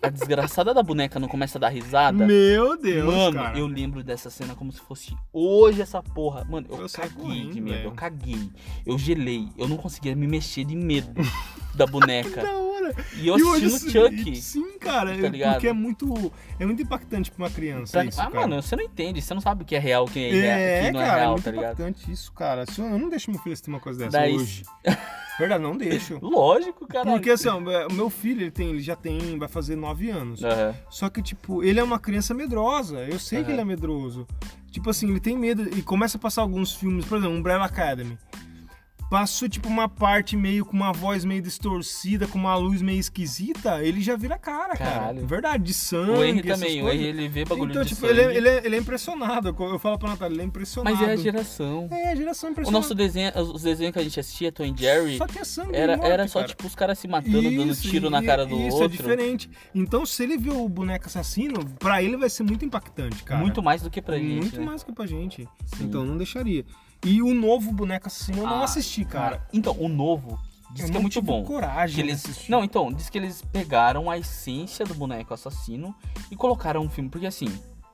B: A desgraçada da boneca não começa a dar risada.
A: Meu Deus,
B: Mano,
A: cara.
B: eu lembro dessa cena como se fosse hoje essa porra. Mano, eu,
A: Eu saí
B: caguei
A: correndo,
B: de medo, eu
A: velho.
B: caguei. Eu gelei, eu não conseguia me mexer de medo
A: <laughs>
B: da boneca.
A: Da hora.
B: E eu
A: E hoje
B: assistindo
A: isso-
B: Chuck.
A: Sim, cara.
B: Tá ligado?
A: porque é muito, é muito impactante pra uma criança
B: Pra-
A: isso,
B: ah,
A: cara.
B: mano, você não entende, você não sabe o que é real, o que é, real, o
A: É,
B: que não
A: cara,
B: é
A: é
B: real,
A: muito
B: tá ligado?
A: impactante isso, cara. Se Eu eu não deixo meu filho assistir uma coisa dessa
B: Daí-
A: hoje. Verdade, não deixo.
B: Lógico, <laughs> caralho.
A: Porque assim, ó, o meu filho, ele, tem, ele já tem, vai fazer nove anos.
B: Aham.
A: Só que, tipo, ele é uma criança medrosa. Eu sei que
B: Aham.
A: ele é medroso. Tipo assim, ele tem medo e começa a passar alguns filmes, por exemplo, um Umbrella Academy. Passou, tipo, uma parte meio com uma voz meio distorcida, com uma luz meio esquisita, ele já vira cara,
B: Caralho.
A: cara. Verdade, de sangue.
B: O Henry
A: essas
B: também, o
A: coisas.
B: Henry ele vê bagulho
A: Então,
B: de
A: tipo,
B: sangue,
A: ele é, ele é- ele é impressionado. Eu falo pra Natália, ele é impressionado.
B: Mas é a geração.
A: É, a geração
B: O
A: impressionada.
B: nosso desenho, os desenhos que a gente assistia, Tom e Jerry,
A: Só que é sangue
B: era,
A: e morte,
B: era só
A: cara.
B: tipo os caras se matando, dando
A: Isso,
B: tiro na
A: e-
B: cara do
A: isso é
B: outro.
A: diferente. Então, se ele vê o boneco assassino, pra ele vai ser muito impactante, cara.
B: Muito mais do que pra gente.
A: Muito
B: né?
A: mais que pra gente.
B: Sim.
A: Então, não deixaria. E o novo boneco assassino eu não
B: Ah,
A: assisti, cara.
B: Então, o novo diz
A: Eu
B: que é
A: não
B: muito
A: tive
B: bom.
A: coragem né?
B: Que
A: de
B: eles,
A: assistir.
B: não, então, diz que eles pegaram a essência do boneco assassino e colocaram um filme. Porque assim,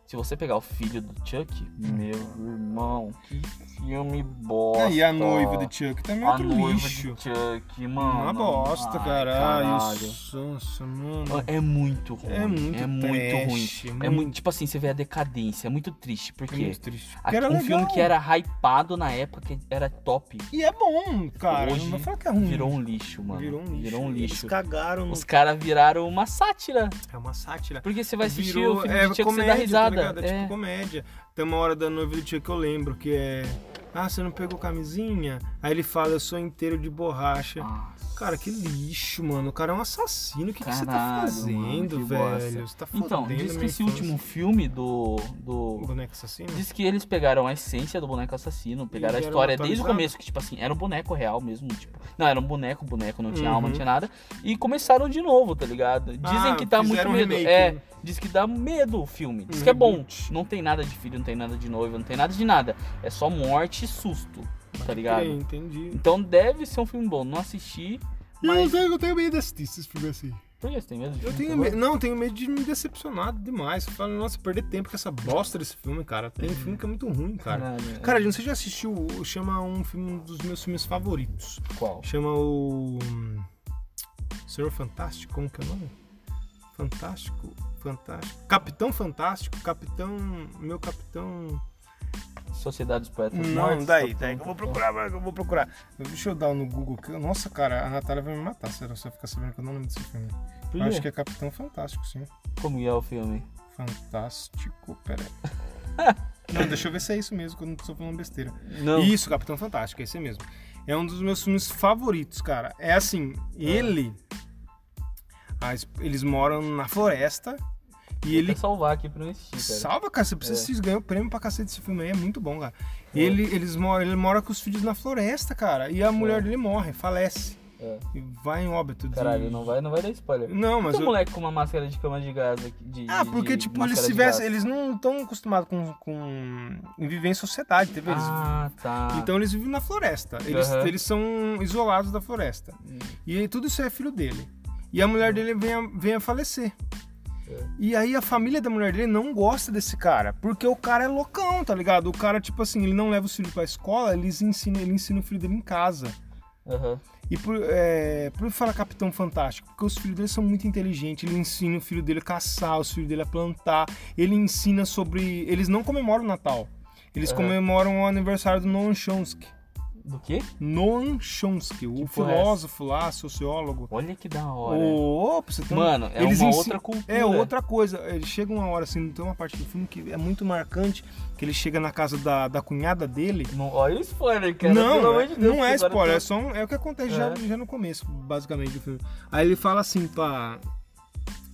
B: se você pegar o filho do Chuck,
A: Hum.
B: meu irmão, que filme bosta.
A: É, e a noiva de Chuck também é
B: A
A: outro
B: noiva
A: lixo.
B: de Chuck, mano.
A: Uma bosta,
B: Ai,
A: cara. Ai,
B: caralho.
A: isso, nossa, mano.
B: É muito ruim.
A: É muito trash,
B: ruim. É muito, tipo assim, você vê a decadência, é muito triste,
A: é
B: porque
A: muito triste.
B: aqui,
A: Porque era
B: um filme
A: legal.
B: que era hypado na época, que era top,
A: E é bom, cara.
B: Hoje
A: não vou falar que é ruim.
B: virou um lixo, mano.
A: Virou um lixo.
B: Virou um
A: Eles
B: lixo.
A: cagaram no...
B: Os caras viraram uma sátira.
A: É uma sátira.
B: Porque você vai assistir
A: Virou-
B: o filme de Chuck, você dá
A: tá
B: risada.
A: ligado? É
B: é.
A: tipo comédia. Tem uma hora da noiva do tio que eu lembro, que é. Ah, você não pegou camisinha? Aí ele fala, eu sou inteiro de borracha.
B: Nossa.
A: Cara, que lixo, mano. O cara é um assassino. O que, que você tá
B: Caralho,
A: fazendo,
B: mano, que bosta.
A: velho? Você tá fodendo
B: Então, diz que
A: minha
B: esse
A: infância.
B: último filme do...
A: O
B: do...
A: boneco assassino?
B: Diz que eles pegaram a essência do boneco assassino, pegaram a
A: deram uma
B: história desde o
A: atualizada?
B: começo, que tipo assim, era um boneco real mesmo, tipo, não, era um boneco, boneco, não tinha alma, não
A: Uhum.
B: tinha nada, e começaram de novo, tá ligado? Dizem
A: Ah,
B: que tá muito
A: fizeram um
B: medo,
A: remake,
B: é,
A: né?
B: diz que dá medo o filme, diz
A: Um
B: que é bom,
A: reboot.
B: não tem nada de filho, não tem nada de noiva, não tem nada de nada, é só morte e susto, tá
A: Peraí,
B: ligado?
A: Entendi.
B: Então deve ser um filme bom, não assisti,
A: Mas
B: mas...
A: eu, eu tenho medo de assistir esses filmes assim.
B: Por que você tem medo de
A: Eu
B: filme tá de
A: tenho
B: terror?
A: medo. Não, tenho medo de me decepcionar demais. Eu falo, nossa, perder tempo com essa bosta desse filme, cara. Tem
B: Uhum.
A: filme que é muito ruim, cara.
B: Caralho,
A: Cara, você já assistiu? o- Chama um filme um dos meus filmes favoritos.
B: qual?
A: Chama o hum, Senhor Fantástico, como que é o nome? Fantástico, Fantástico, Capitão Fantástico, Capitão, meu Capitão.
B: Sociedade dos Poetas
A: Não,
B: Mortos?
A: daí,
B: Capitão-
A: daí. Eu vou procurar, vai, eu vou procurar. Deixa eu dar um no Google. Que... eu- Nossa, cara, a Natália vai me matar. Será você ficar sabendo que eu não lembro desse filme?
B: Por
A: Eu acho que
B: quê?
A: é Capitão Fantástico, sim.
B: Como é o filme?
A: Fantástico, <laughs> peraí. não, deixa eu ver se é isso mesmo, que eu não tô falando besteira.
B: Não.
A: Isso, Capitão Fantástico, é esse mesmo. É um dos meus filmes favoritos, cara. É assim,
B: Ah.
A: ele. as- eles moram na floresta e
B: Tem
A: ele
B: que salvar aqui pra não existir, cara.
A: salva, cara. Você precisa
B: É.
A: se ganhar o prêmio pra cacete desse filme aí, é muito bom, cara.
B: É.
A: Ele, eles moram, ele mora com os filhos na floresta, cara. E a mulher dele morre, falece.
B: É.
A: E vai em óbito. de-
B: Caralho, não vai, não vai dar spoiler.
A: Não, mas.
B: Tem um
A: eu-
B: moleque com uma máscara de cama de gás aqui. de-
A: Ah,
B: de-
A: porque,
B: de
A: tipo, eles
B: máscara de
A: tivessem.
B: gás.
A: Eles não estão acostumados com, com. viver em sociedade, entendeu? Eles
B: Ah, tá.
A: Então eles vivem na floresta. Eles,
B: Aham. Hum.
A: eles são isolados da floresta. E aí tudo isso é filho dele. E a mulher dele vem a, vem a falecer.
B: É.
A: E aí a família da mulher dele não gosta desse cara, porque o cara é loucão, tá ligado? O cara, tipo assim, ele não leva os filhos pra escola, eles ensina, ele ensina o filho dele em casa.
B: Aham.
A: E por, é, por falar Capitão Fantástico, porque os filhos dele são muito inteligentes, ele ensina o filho dele a caçar, os filhos dele a plantar, ele ensina sobre. Eles não comemoram o Natal. Eles
B: Aham.
A: comemoram o aniversário do Noam Chomsky.
B: Do quê?
A: Noam Chomsky, o
B: Que porra é
A: filósofo lá, sociólogo.
B: Olha que da hora.
A: Ô, pra você ter um-
B: Mano, é
A: eles
B: uma
A: ensi-
B: outra cultura.
A: É outra coisa. Ele chega uma hora assim, tem uma parte do filme que é muito marcante, que ele chega na casa da, da cunhada dele.
B: Não, olha o spoiler, né, cara. pelo
A: não,
B: amor
A: é-
B: de Deus,
A: não é
B: que agora
A: spoiler, é
B: tá-
A: só um- é o que acontece já,
B: É.
A: já no começo, basicamente, do filme. Aí ele fala assim pra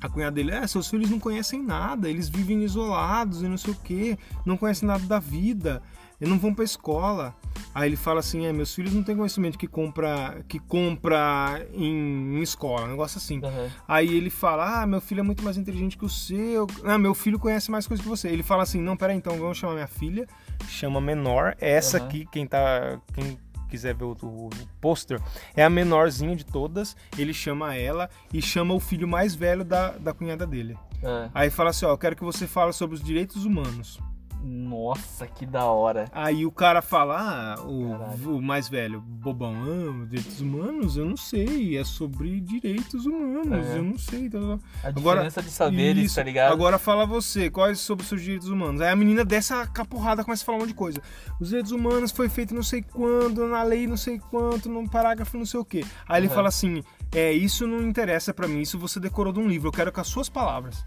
A: a cunhada dele, é, seus filhos não conhecem nada, eles vivem isolados e não sei o quê, não conhecem nada da vida, e não vão pra escola. Aí ele fala assim, é, meus filhos não têm conhecimento que compra, que compra em, em escola, um negócio assim.
B: Aham.
A: Aí ele fala: Ah, meu filho é muito mais inteligente que o seu. Ah, meu filho conhece mais coisas que você. Ele fala assim: Não, peraí, então vamos chamar minha filha. Chama a menor. Essa
B: Aham.
A: aqui, quem tá. Quem quiser ver o, o, o pôster, é a menorzinha de todas. Ele chama ela e chama o filho mais velho da, da cunhada dele.
B: É.
A: Aí fala assim: Ó, eu quero que você fale sobre os direitos humanos.
B: é. Nossa, que da hora.
A: Aí o cara fala, ah, o,
B: Caralho.
A: o mais velho, bobão, ah, direitos humanos? Eu não sei, é sobre direitos humanos,
B: É.
A: eu não sei. Tá, tá.
B: A
A: Agora-
B: diferença de saberes,
A: Isso.
B: tá ligado?
A: Agora fala você, quais sobre os seus direitos humanos? Aí a menina dessa caporrada começa a falar um monte de coisa. Os direitos humanos foi feito não sei quando, na lei não sei quanto, num parágrafo não sei o quê. Aí ele
B: Uhum.
A: fala assim: é, isso não interessa pra mim, isso você decorou de um livro, eu quero com as suas palavras.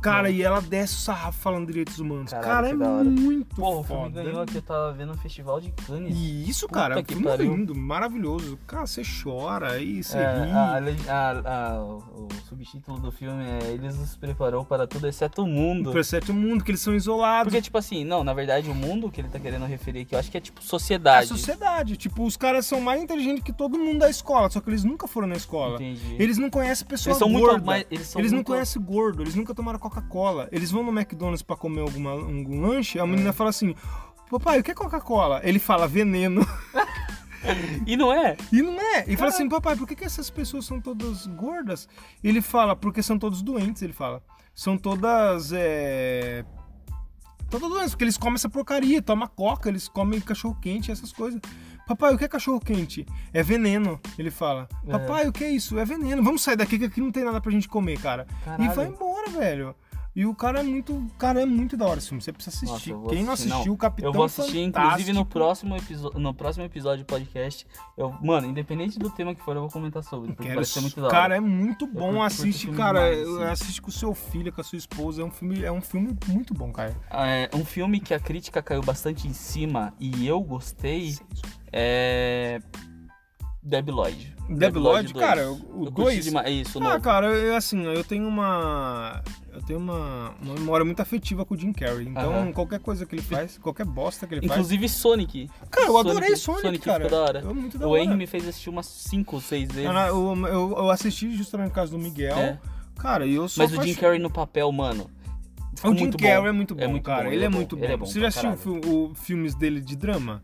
A: Cara,
B: Uhum.
A: e ela desce o sarrafo falando direitos humanos.
B: Caralho,
A: cara, é
B: que da hora.
A: muito
B: Porra, o filme
A: foda. né?
B: ganhou aqui, eu tava vendo no Festival de Cannes.
A: E isso, cara, é um
B: que
A: filme
B: pariu.
A: lindo, maravilhoso. Cara, você chora aí, você
B: É,
A: ri.
B: a- a- a- o o subtítulo do filme é Eles nos preparou para tudo exceto o mundo.
A: Percebe o mundo, que eles são isolados.
B: Porque, tipo assim, não, na verdade o mundo que ele tá querendo referir aqui, eu acho que é tipo
A: a
B: sociedade.
A: sociedade. Tipo, os caras são mais inteligentes que todo mundo da escola, só que eles nunca foram na escola.
B: Entendi.
A: Eles não conhecem pessoa
B: Eles são
A: gorda.
B: muito mais. Eles, são
A: eles não
B: muito-
A: conhecem gordo, eles nunca tomaram Coca-Cola. Eles vão no McDonald's pra comer alguma, algum lanche, a
B: É.
A: menina fala assim: Papai, o que é Coca-Cola? Ele fala veneno.
B: E não é?
A: E não é. E fala assim: Papai, por que, que essas pessoas são todas gordas? Ele fala: Porque são todos doentes, ele fala. São todas. É... Todas doentes, porque eles comem essa porcaria, toma coca, eles comem cachorro-quente, essas coisas. Papai, o que é cachorro-quente? É veneno, ele fala.
B: É.
A: Papai, o que é isso? É veneno. Vamos sair daqui que aqui não tem nada pra gente comer, cara. E
B: Caralho.
A: vai embora, velho. E o cara é muito. Cara, é muito da hora esse filme. Você precisa
B: Nossa,
A: assistir.
B: eu vou
A: Quem não
B: assistir, não.
A: assistiu, o Capitão
B: Eu vou assistir, inclusive, no
A: Fantástico.
B: próximo, episo- no próximo episódio do podcast. Eu, mano, independente do tema que for, eu vou comentar sobre. Porque
A: Quero
B: parece ser muito da hora.
A: cara, é muito
B: curto-
A: bom.
B: curto
A: assiste,
B: filme
A: cara.
B: demais, assim.
A: Assiste com o seu filho, com a sua esposa. É um filme, é um filme muito bom, cara.
B: É, um filme que a crítica caiu bastante em cima e eu gostei é. Deb Lloyd.
A: Deb Lloyd,
B: dois.
A: cara, o- o
B: eu curti
A: dois-
B: demais- É isso,
A: Ah,
B: novo.
A: cara, eu, assim, eu tenho uma. Eu tenho uma, uma memória muito afetiva com o Jim Carrey. Então,
B: Aham.
A: qualquer coisa que ele faz, qualquer bosta que ele
B: Inclusive Sonic.
A: faz. Cara, eu adorei Sonic,
B: Sonic
A: cara.
B: ficou da hora.
A: É muito da
B: O Henry
A: hora.
B: me fez assistir umas 5 ou 6 vezes.
A: Cara, Eu, eu, eu assisti justamente por causa do Miguel.
B: É.
A: Cara, e eu sou.
B: Mas o Jim
A: apaixonado.
B: Carrey no papel, mano. ficou
A: O Jim
B: muito
A: Carrey
B: bom.
A: é muito bom,
B: É muito
A: cara.
B: bom,
A: ele é muito bom.
B: ele é bom
A: Você já
B: pra
A: assistiu
B: caralho.
A: fi- o- filmes dele de drama?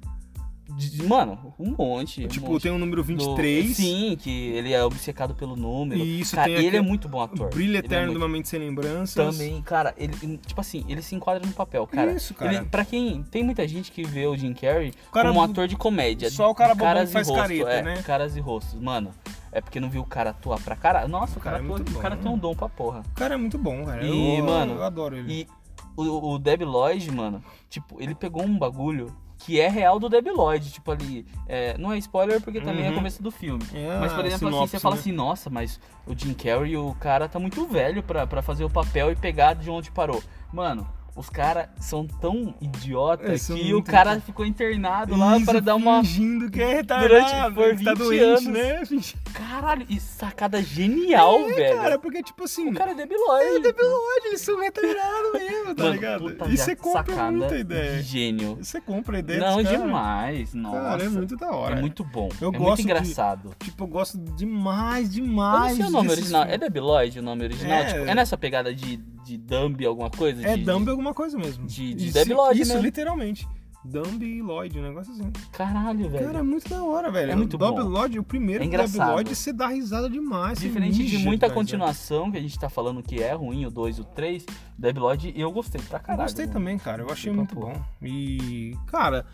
B: De- de- Mano, um monte. um
A: é tipo,
B: monte.
A: tem o número
B: Do-
A: 23.
B: Sim, que ele é obcecado pelo número.
A: E isso
B: cara,
A: tem
B: ele
A: aquele-
B: é muito bom ator.
A: Brilho
B: Ele é
A: Eterno de
B: muito-
A: uma Mente Sem Lembranças.
B: Também, cara, ele, tipo assim, ele se enquadra no papel, cara.
A: Isso, cara.
B: Ele, pra quem. Tem muita gente que vê o Jim Carrey
A: cara é
B: como um
A: bo-
B: ator de comédia.
A: só o cara bobão
B: caras
A: que faz
B: e rosto,
A: careta,
B: é,
A: né?
B: Caras e rostos, mano. É porque não viu o cara atuar pra cara. Nossa, o
A: Cara,
B: cara,
A: é
B: atua-
A: muito
B: o cara
A: bom.
B: tem um dom pra porra.
A: O cara é muito bom, cara.
B: E,
A: eu,
B: mano,
A: eu adoro ele.
B: E o, o Deb Lloyd, mano, tipo, ele pegou um bagulho que é real do Deb Lloyd. Tipo ali. é, não é spoiler porque também é
A: Uhum.
B: começo do filme.
A: É
B: Mas, por
A: a
B: exemplo,
A: sinopse,
B: assim, você fala
A: né?
B: assim, nossa, mas o Jim Carrey, o cara tá muito velho pra, pra fazer o papel e pegar de onde parou. Mano, os caras são tão idiota
A: Eles são
B: que o
A: muito
B: cara
A: idiota.
B: ficou internado lá "Ah, para dar uma...
A: Fingindo que é
B: Durante-
A: retardado.
B: por
A: que tá
B: 20
A: doente,
B: anos.
A: né? <laughs> Fingindo-
B: Caralho, e sacada genial, velho.
A: Cara, porque, tipo assim...
B: O cara é Debi
A: é debilóide, eles são retardados mesmo, tá ligado? E você compra
B: sacada
A: muita
B: de
A: ideia.
B: gênio.
A: Você compra a ideia
B: Não,
A: dos caras.
B: demais, nossa.
A: Cara, é muito da hora.
B: É muito bom.
A: Eu
B: é
A: gosto
B: muito
A: de-
B: engraçado.
A: Tipo, eu gosto demais,
B: Eu
A: demais
B: não sei o nome
A: desses
B: original. É
A: filmes.
B: Debi Lloyd o nome original?
A: É.
B: Tipo, é nessa pegada de, de Dumb alguma coisa?
A: É
B: de,
A: Dumb alguma coisa mesmo.
B: de- de
A: Isso-
B: Debi Lloyd né?
A: Isso,
B: mesmo.
A: literalmente. Dumb e Lloyd, um negócio assim.
B: Caralho, velho.
A: Cara, é muito da hora, velho.
B: É muito
A: Bob
B: bom.
A: Lloyd, o primeiro
B: É
A: Bob
B: engraçado.
A: Lloyd, você dá risada demais. você
B: Diferente de
A: mija
B: muita
A: dar risada.
B: continuação que a gente tá falando que é ruim, o 2 e o 3, Debi Lloyd, eu gostei pra
A: Eu
B: caralho. né?
A: gostei
B: mano.
A: também, cara. Eu achei
B: Então,
A: muito
B: pô.
A: bom. E, cara,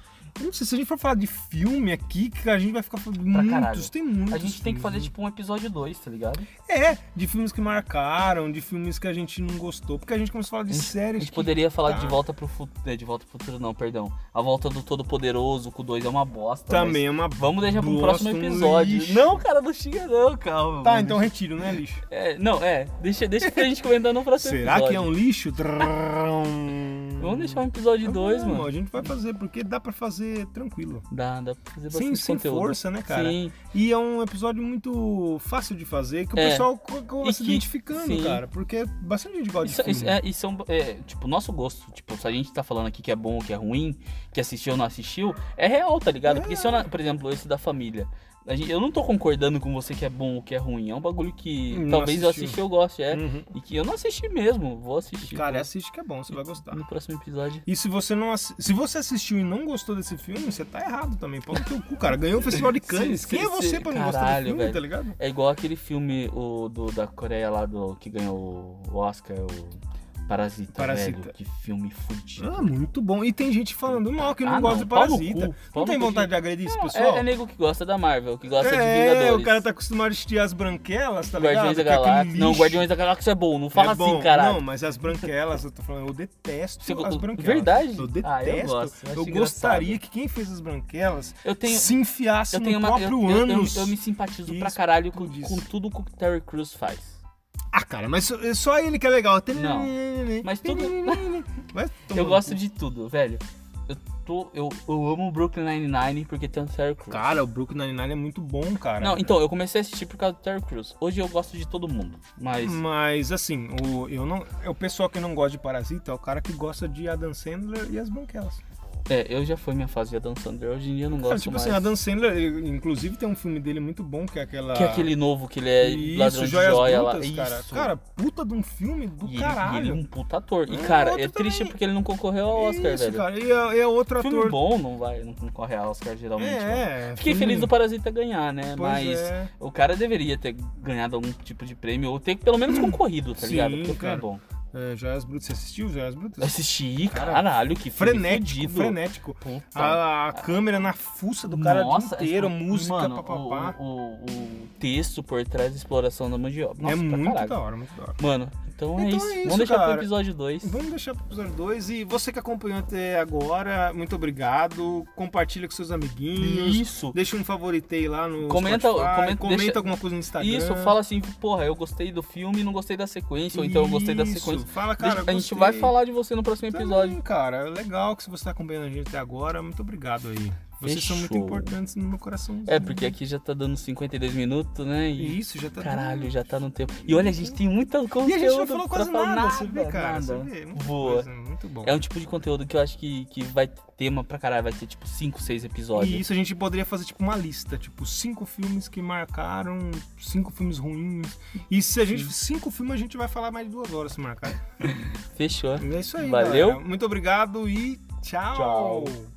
A: Não sei, se a gente for falar de filme aqui, que a gente vai ficar falando muitos,
B: caralho.
A: tem muitos.
B: A gente tem que fazer
A: filmes. né?
B: tipo um episódio 2, tá ligado?
A: É, de filmes que marcaram, de filmes que a gente não gostou. Porque a gente começou a falar de
B: A gente- A
A: séries.
B: gente
A: que-
B: poderia falar
A: tá.
B: de volta pro futuro. De volta pro futuro, não, perdão. A volta do Todo-Poderoso, com o 2 é uma bosta. mas
A: Também é uma.
B: Vamos deixar pro
A: Nossa,
B: próximo
A: um
B: episódio.
A: lixo.
B: não, cara, não xinga, não, calma.
A: Tá,
B: Vamos
A: então retiro, né, lixo?
B: É, não, é. Deixa, deixa pra gente
A: <laughs>
B: comentar no próximo
A: Será
B: episódio.
A: que é um lixo?
B: Vamos deixar um episódio 2,
A: Vamos,
B: mano.
A: A gente vai fazer, porque dá pra fazer tranquilo.
B: Dá, dá pra fazer
A: Sem,
B: bastante
A: sem
B: conteúdo.
A: força, né, cara?
B: Sim.
A: E é um episódio muito fácil de fazer, que o
B: É.
A: pessoal co- acaba
B: E
A: se
B: que-
A: identificando,
B: sim.
A: cara. Porque bastante gente gosta
B: Isso,
A: de
B: isso,
A: filme.
B: é, isso é, um- é, tipo, nosso gosto. Tipo, se a gente tá falando aqui que é bom, que é ruim, que assistiu ou não assistiu, é real, tá ligado? Porque se eu, na- por exemplo, esse da família, a gente- eu não tô concordando com você que é bom ou que é ruim. É um bagulho que
A: Hum, Não
B: talvez eu
A: assistiu.
B: assisti eu goste, é.
A: Uhum.
B: E que eu não assisti mesmo, vou assistir. tá
A: Cara, assiste que é bom, você vai gostar.
B: No próximo episódio.
A: E se você não assi- se você assistiu e não gostou desse filme, você tá errado também. Pau no teu cu, cara. Ganhou o Festival de Cannes.
B: Sim,
A: Quem é
B: sim,
A: você
B: sim.
A: pra não gostar do
B: Caralho,
A: filme,
B: velho.
A: tá ligado?
B: É igual aquele filme o, do, da Coreia lá do, que ganhou o Oscar, o Parasita,
A: Parasita.
B: velho. Que filme fudido.
A: Ah, muito bom. E tem gente falando mal que não
B: Ah,
A: gosta de
B: pau no
A: Parasita.
B: cu, pau
A: Não
B: no
A: tem
B: cu,
A: vontade
B: gente.
A: de agredir esse
B: Não,
A: pessoal?
B: É, é nego que gosta da Marvel, que gosta de
A: É,
B: Vingadores.
A: o cara tá acostumado a assistir as branquelas, tá ligado?
B: Guardiões da
A: Que é aquele
B: Galáxia. Não,
A: lixo.
B: Guardiões da Galáxia é bom, não fala
A: É bom.
B: assim, caralho.
A: Não, mas as branquelas, eu tô falando, eu detesto
B: Você go-
A: as branquelas.
B: Verdade?
A: Eu detesto.
B: Ah, eu gosto, eu acho
A: gostaria
B: engraçado.
A: que quem fez as branquelas
B: Eu tenho.
A: se enfiasse
B: Eu tenho
A: no
B: uma. Eu,
A: próprio
B: eu, eu,
A: ânus.
B: eu me simpatizo pra
A: Isso,
B: caralho com,
A: tudo isso.
B: com tudo que o Terry Crews faz.
A: Ah, cara, mas só- é só ele que é legal.
B: Não, mas
A: <laughs>
B: tudo-
A: Vai tomar
B: Eu
A: no
B: gosto
A: cu.
B: de tudo, velho. Eu tô. Eu, eu amo o Brooklyn Nine-Nine porque tem o Terry Crews.
A: Cara, o Brook 99 é muito bom, cara.
B: Não, então, eu comecei a assistir por causa do Terry Crews. Hoje eu gosto de todo mundo, mas.
A: Mas assim, o, eu não, é o pessoal que não gosta de Parasita é o cara que gosta de Adam Sandler e as branquelas.
B: É, eu já foi minha fase de Adam Sandler. Hoje em dia eu não gosto
A: Cara, tipo
B: mais.
A: assim, Adam Sandler, ele- inclusive tem um filme dele muito bom que é aquela.
B: Que é aquele novo que ele é ladrão
A: Isso,
B: de
A: joias
B: joia lá.
A: brutas, cara.
B: Isso.
A: Cara, puta de um filme do
B: e ele, e
A: caralho.
B: ele é um puta ator. E,
A: É,
B: cara,
A: outro
B: é triste
A: também.
B: porque ele não concorreu ao um Oscar,
A: Isso,
B: velho.
A: cara. E é, é outro
B: filme
A: ator.
B: bom não vai, não concorre ao Oscar geralmente. né?
A: é, é.
B: Fiquei
A: filme-
B: feliz do Parasita ganhar, né?
A: Pois
B: Mas
A: é.
B: o cara deveria ter ganhado algum tipo de prêmio, ou ter pelo menos concorrido, tá
A: Sim,
B: ligado? Porque o filme
A: cara.
B: é bom.
A: É, Joias Brutas, você assistiu Joias
B: É
A: Brutas?
B: Assisti,
A: Cara,
B: caralho, que filme
A: frenético,
B: fudido.
A: frenético.
B: Puta.
A: A, a câmera na fuça do cara o dia
B: Nossa,
A: inteiro,
B: tipo,
A: música,
B: mano,
A: papapá.
B: O, o, o texto por trás da exploração da mão de obra. Nossa,
A: é
B: pra
A: muito
B: caralho.
A: da hora, muito da hora.
B: Mano, então, é
A: Então é
B: isso.
A: isso,
B: Vamos deixar
A: cara.
B: pro episódio 2.
A: Vamos deixar pro episódio 2 e você que acompanhou até agora, muito obrigado. Compartilha com seus amiguinhos.
B: Isso.
A: Deixa um favoritei lá no
B: Comenta-
A: Spotify,
B: comenta-
A: comenta
B: deixa-
A: alguma coisa no Instagram.
B: Isso, fala assim, porra, eu gostei do filme e não gostei da sequência, ou então eu gostei da
A: Isso,
B: sequência.
A: Fala, cara,
B: Deixa- a gente
A: gostei.
B: vai falar de você no próximo
A: Também,
B: episódio.
A: cara, é legal que você está acompanhando a gente até agora. Muito obrigado aí. Vocês são muito
B: Fechou.
A: importantes no meu coração.
B: É, porque aqui já tá dando 52 minutos, né? E,
A: Isso, já tá
B: caralho,
A: dando-
B: já tá no tempo. E olha, a gente tem muita conteúdo.
A: E a gente não falou
B: pra
A: quase
B: falar.
A: nada, você vê, cara? Você vê? Muita
B: Boa.
A: coisa, muito bom.
B: É um tipo de conteúdo que eu acho que, que vai ter tema pra caralho, vai ter tipo 5, 6
A: E
B: episódios.
A: isso a gente poderia fazer tipo uma lista, tipo cinco filmes que marcaram, cinco filmes ruins. E se a gente cinco filmes a gente vai falar mais de duas horas se marcar.
B: Fechou. né?
A: É isso aí.
B: Valeu.
A: galera. Muito obrigado e tchau.
B: Tchau.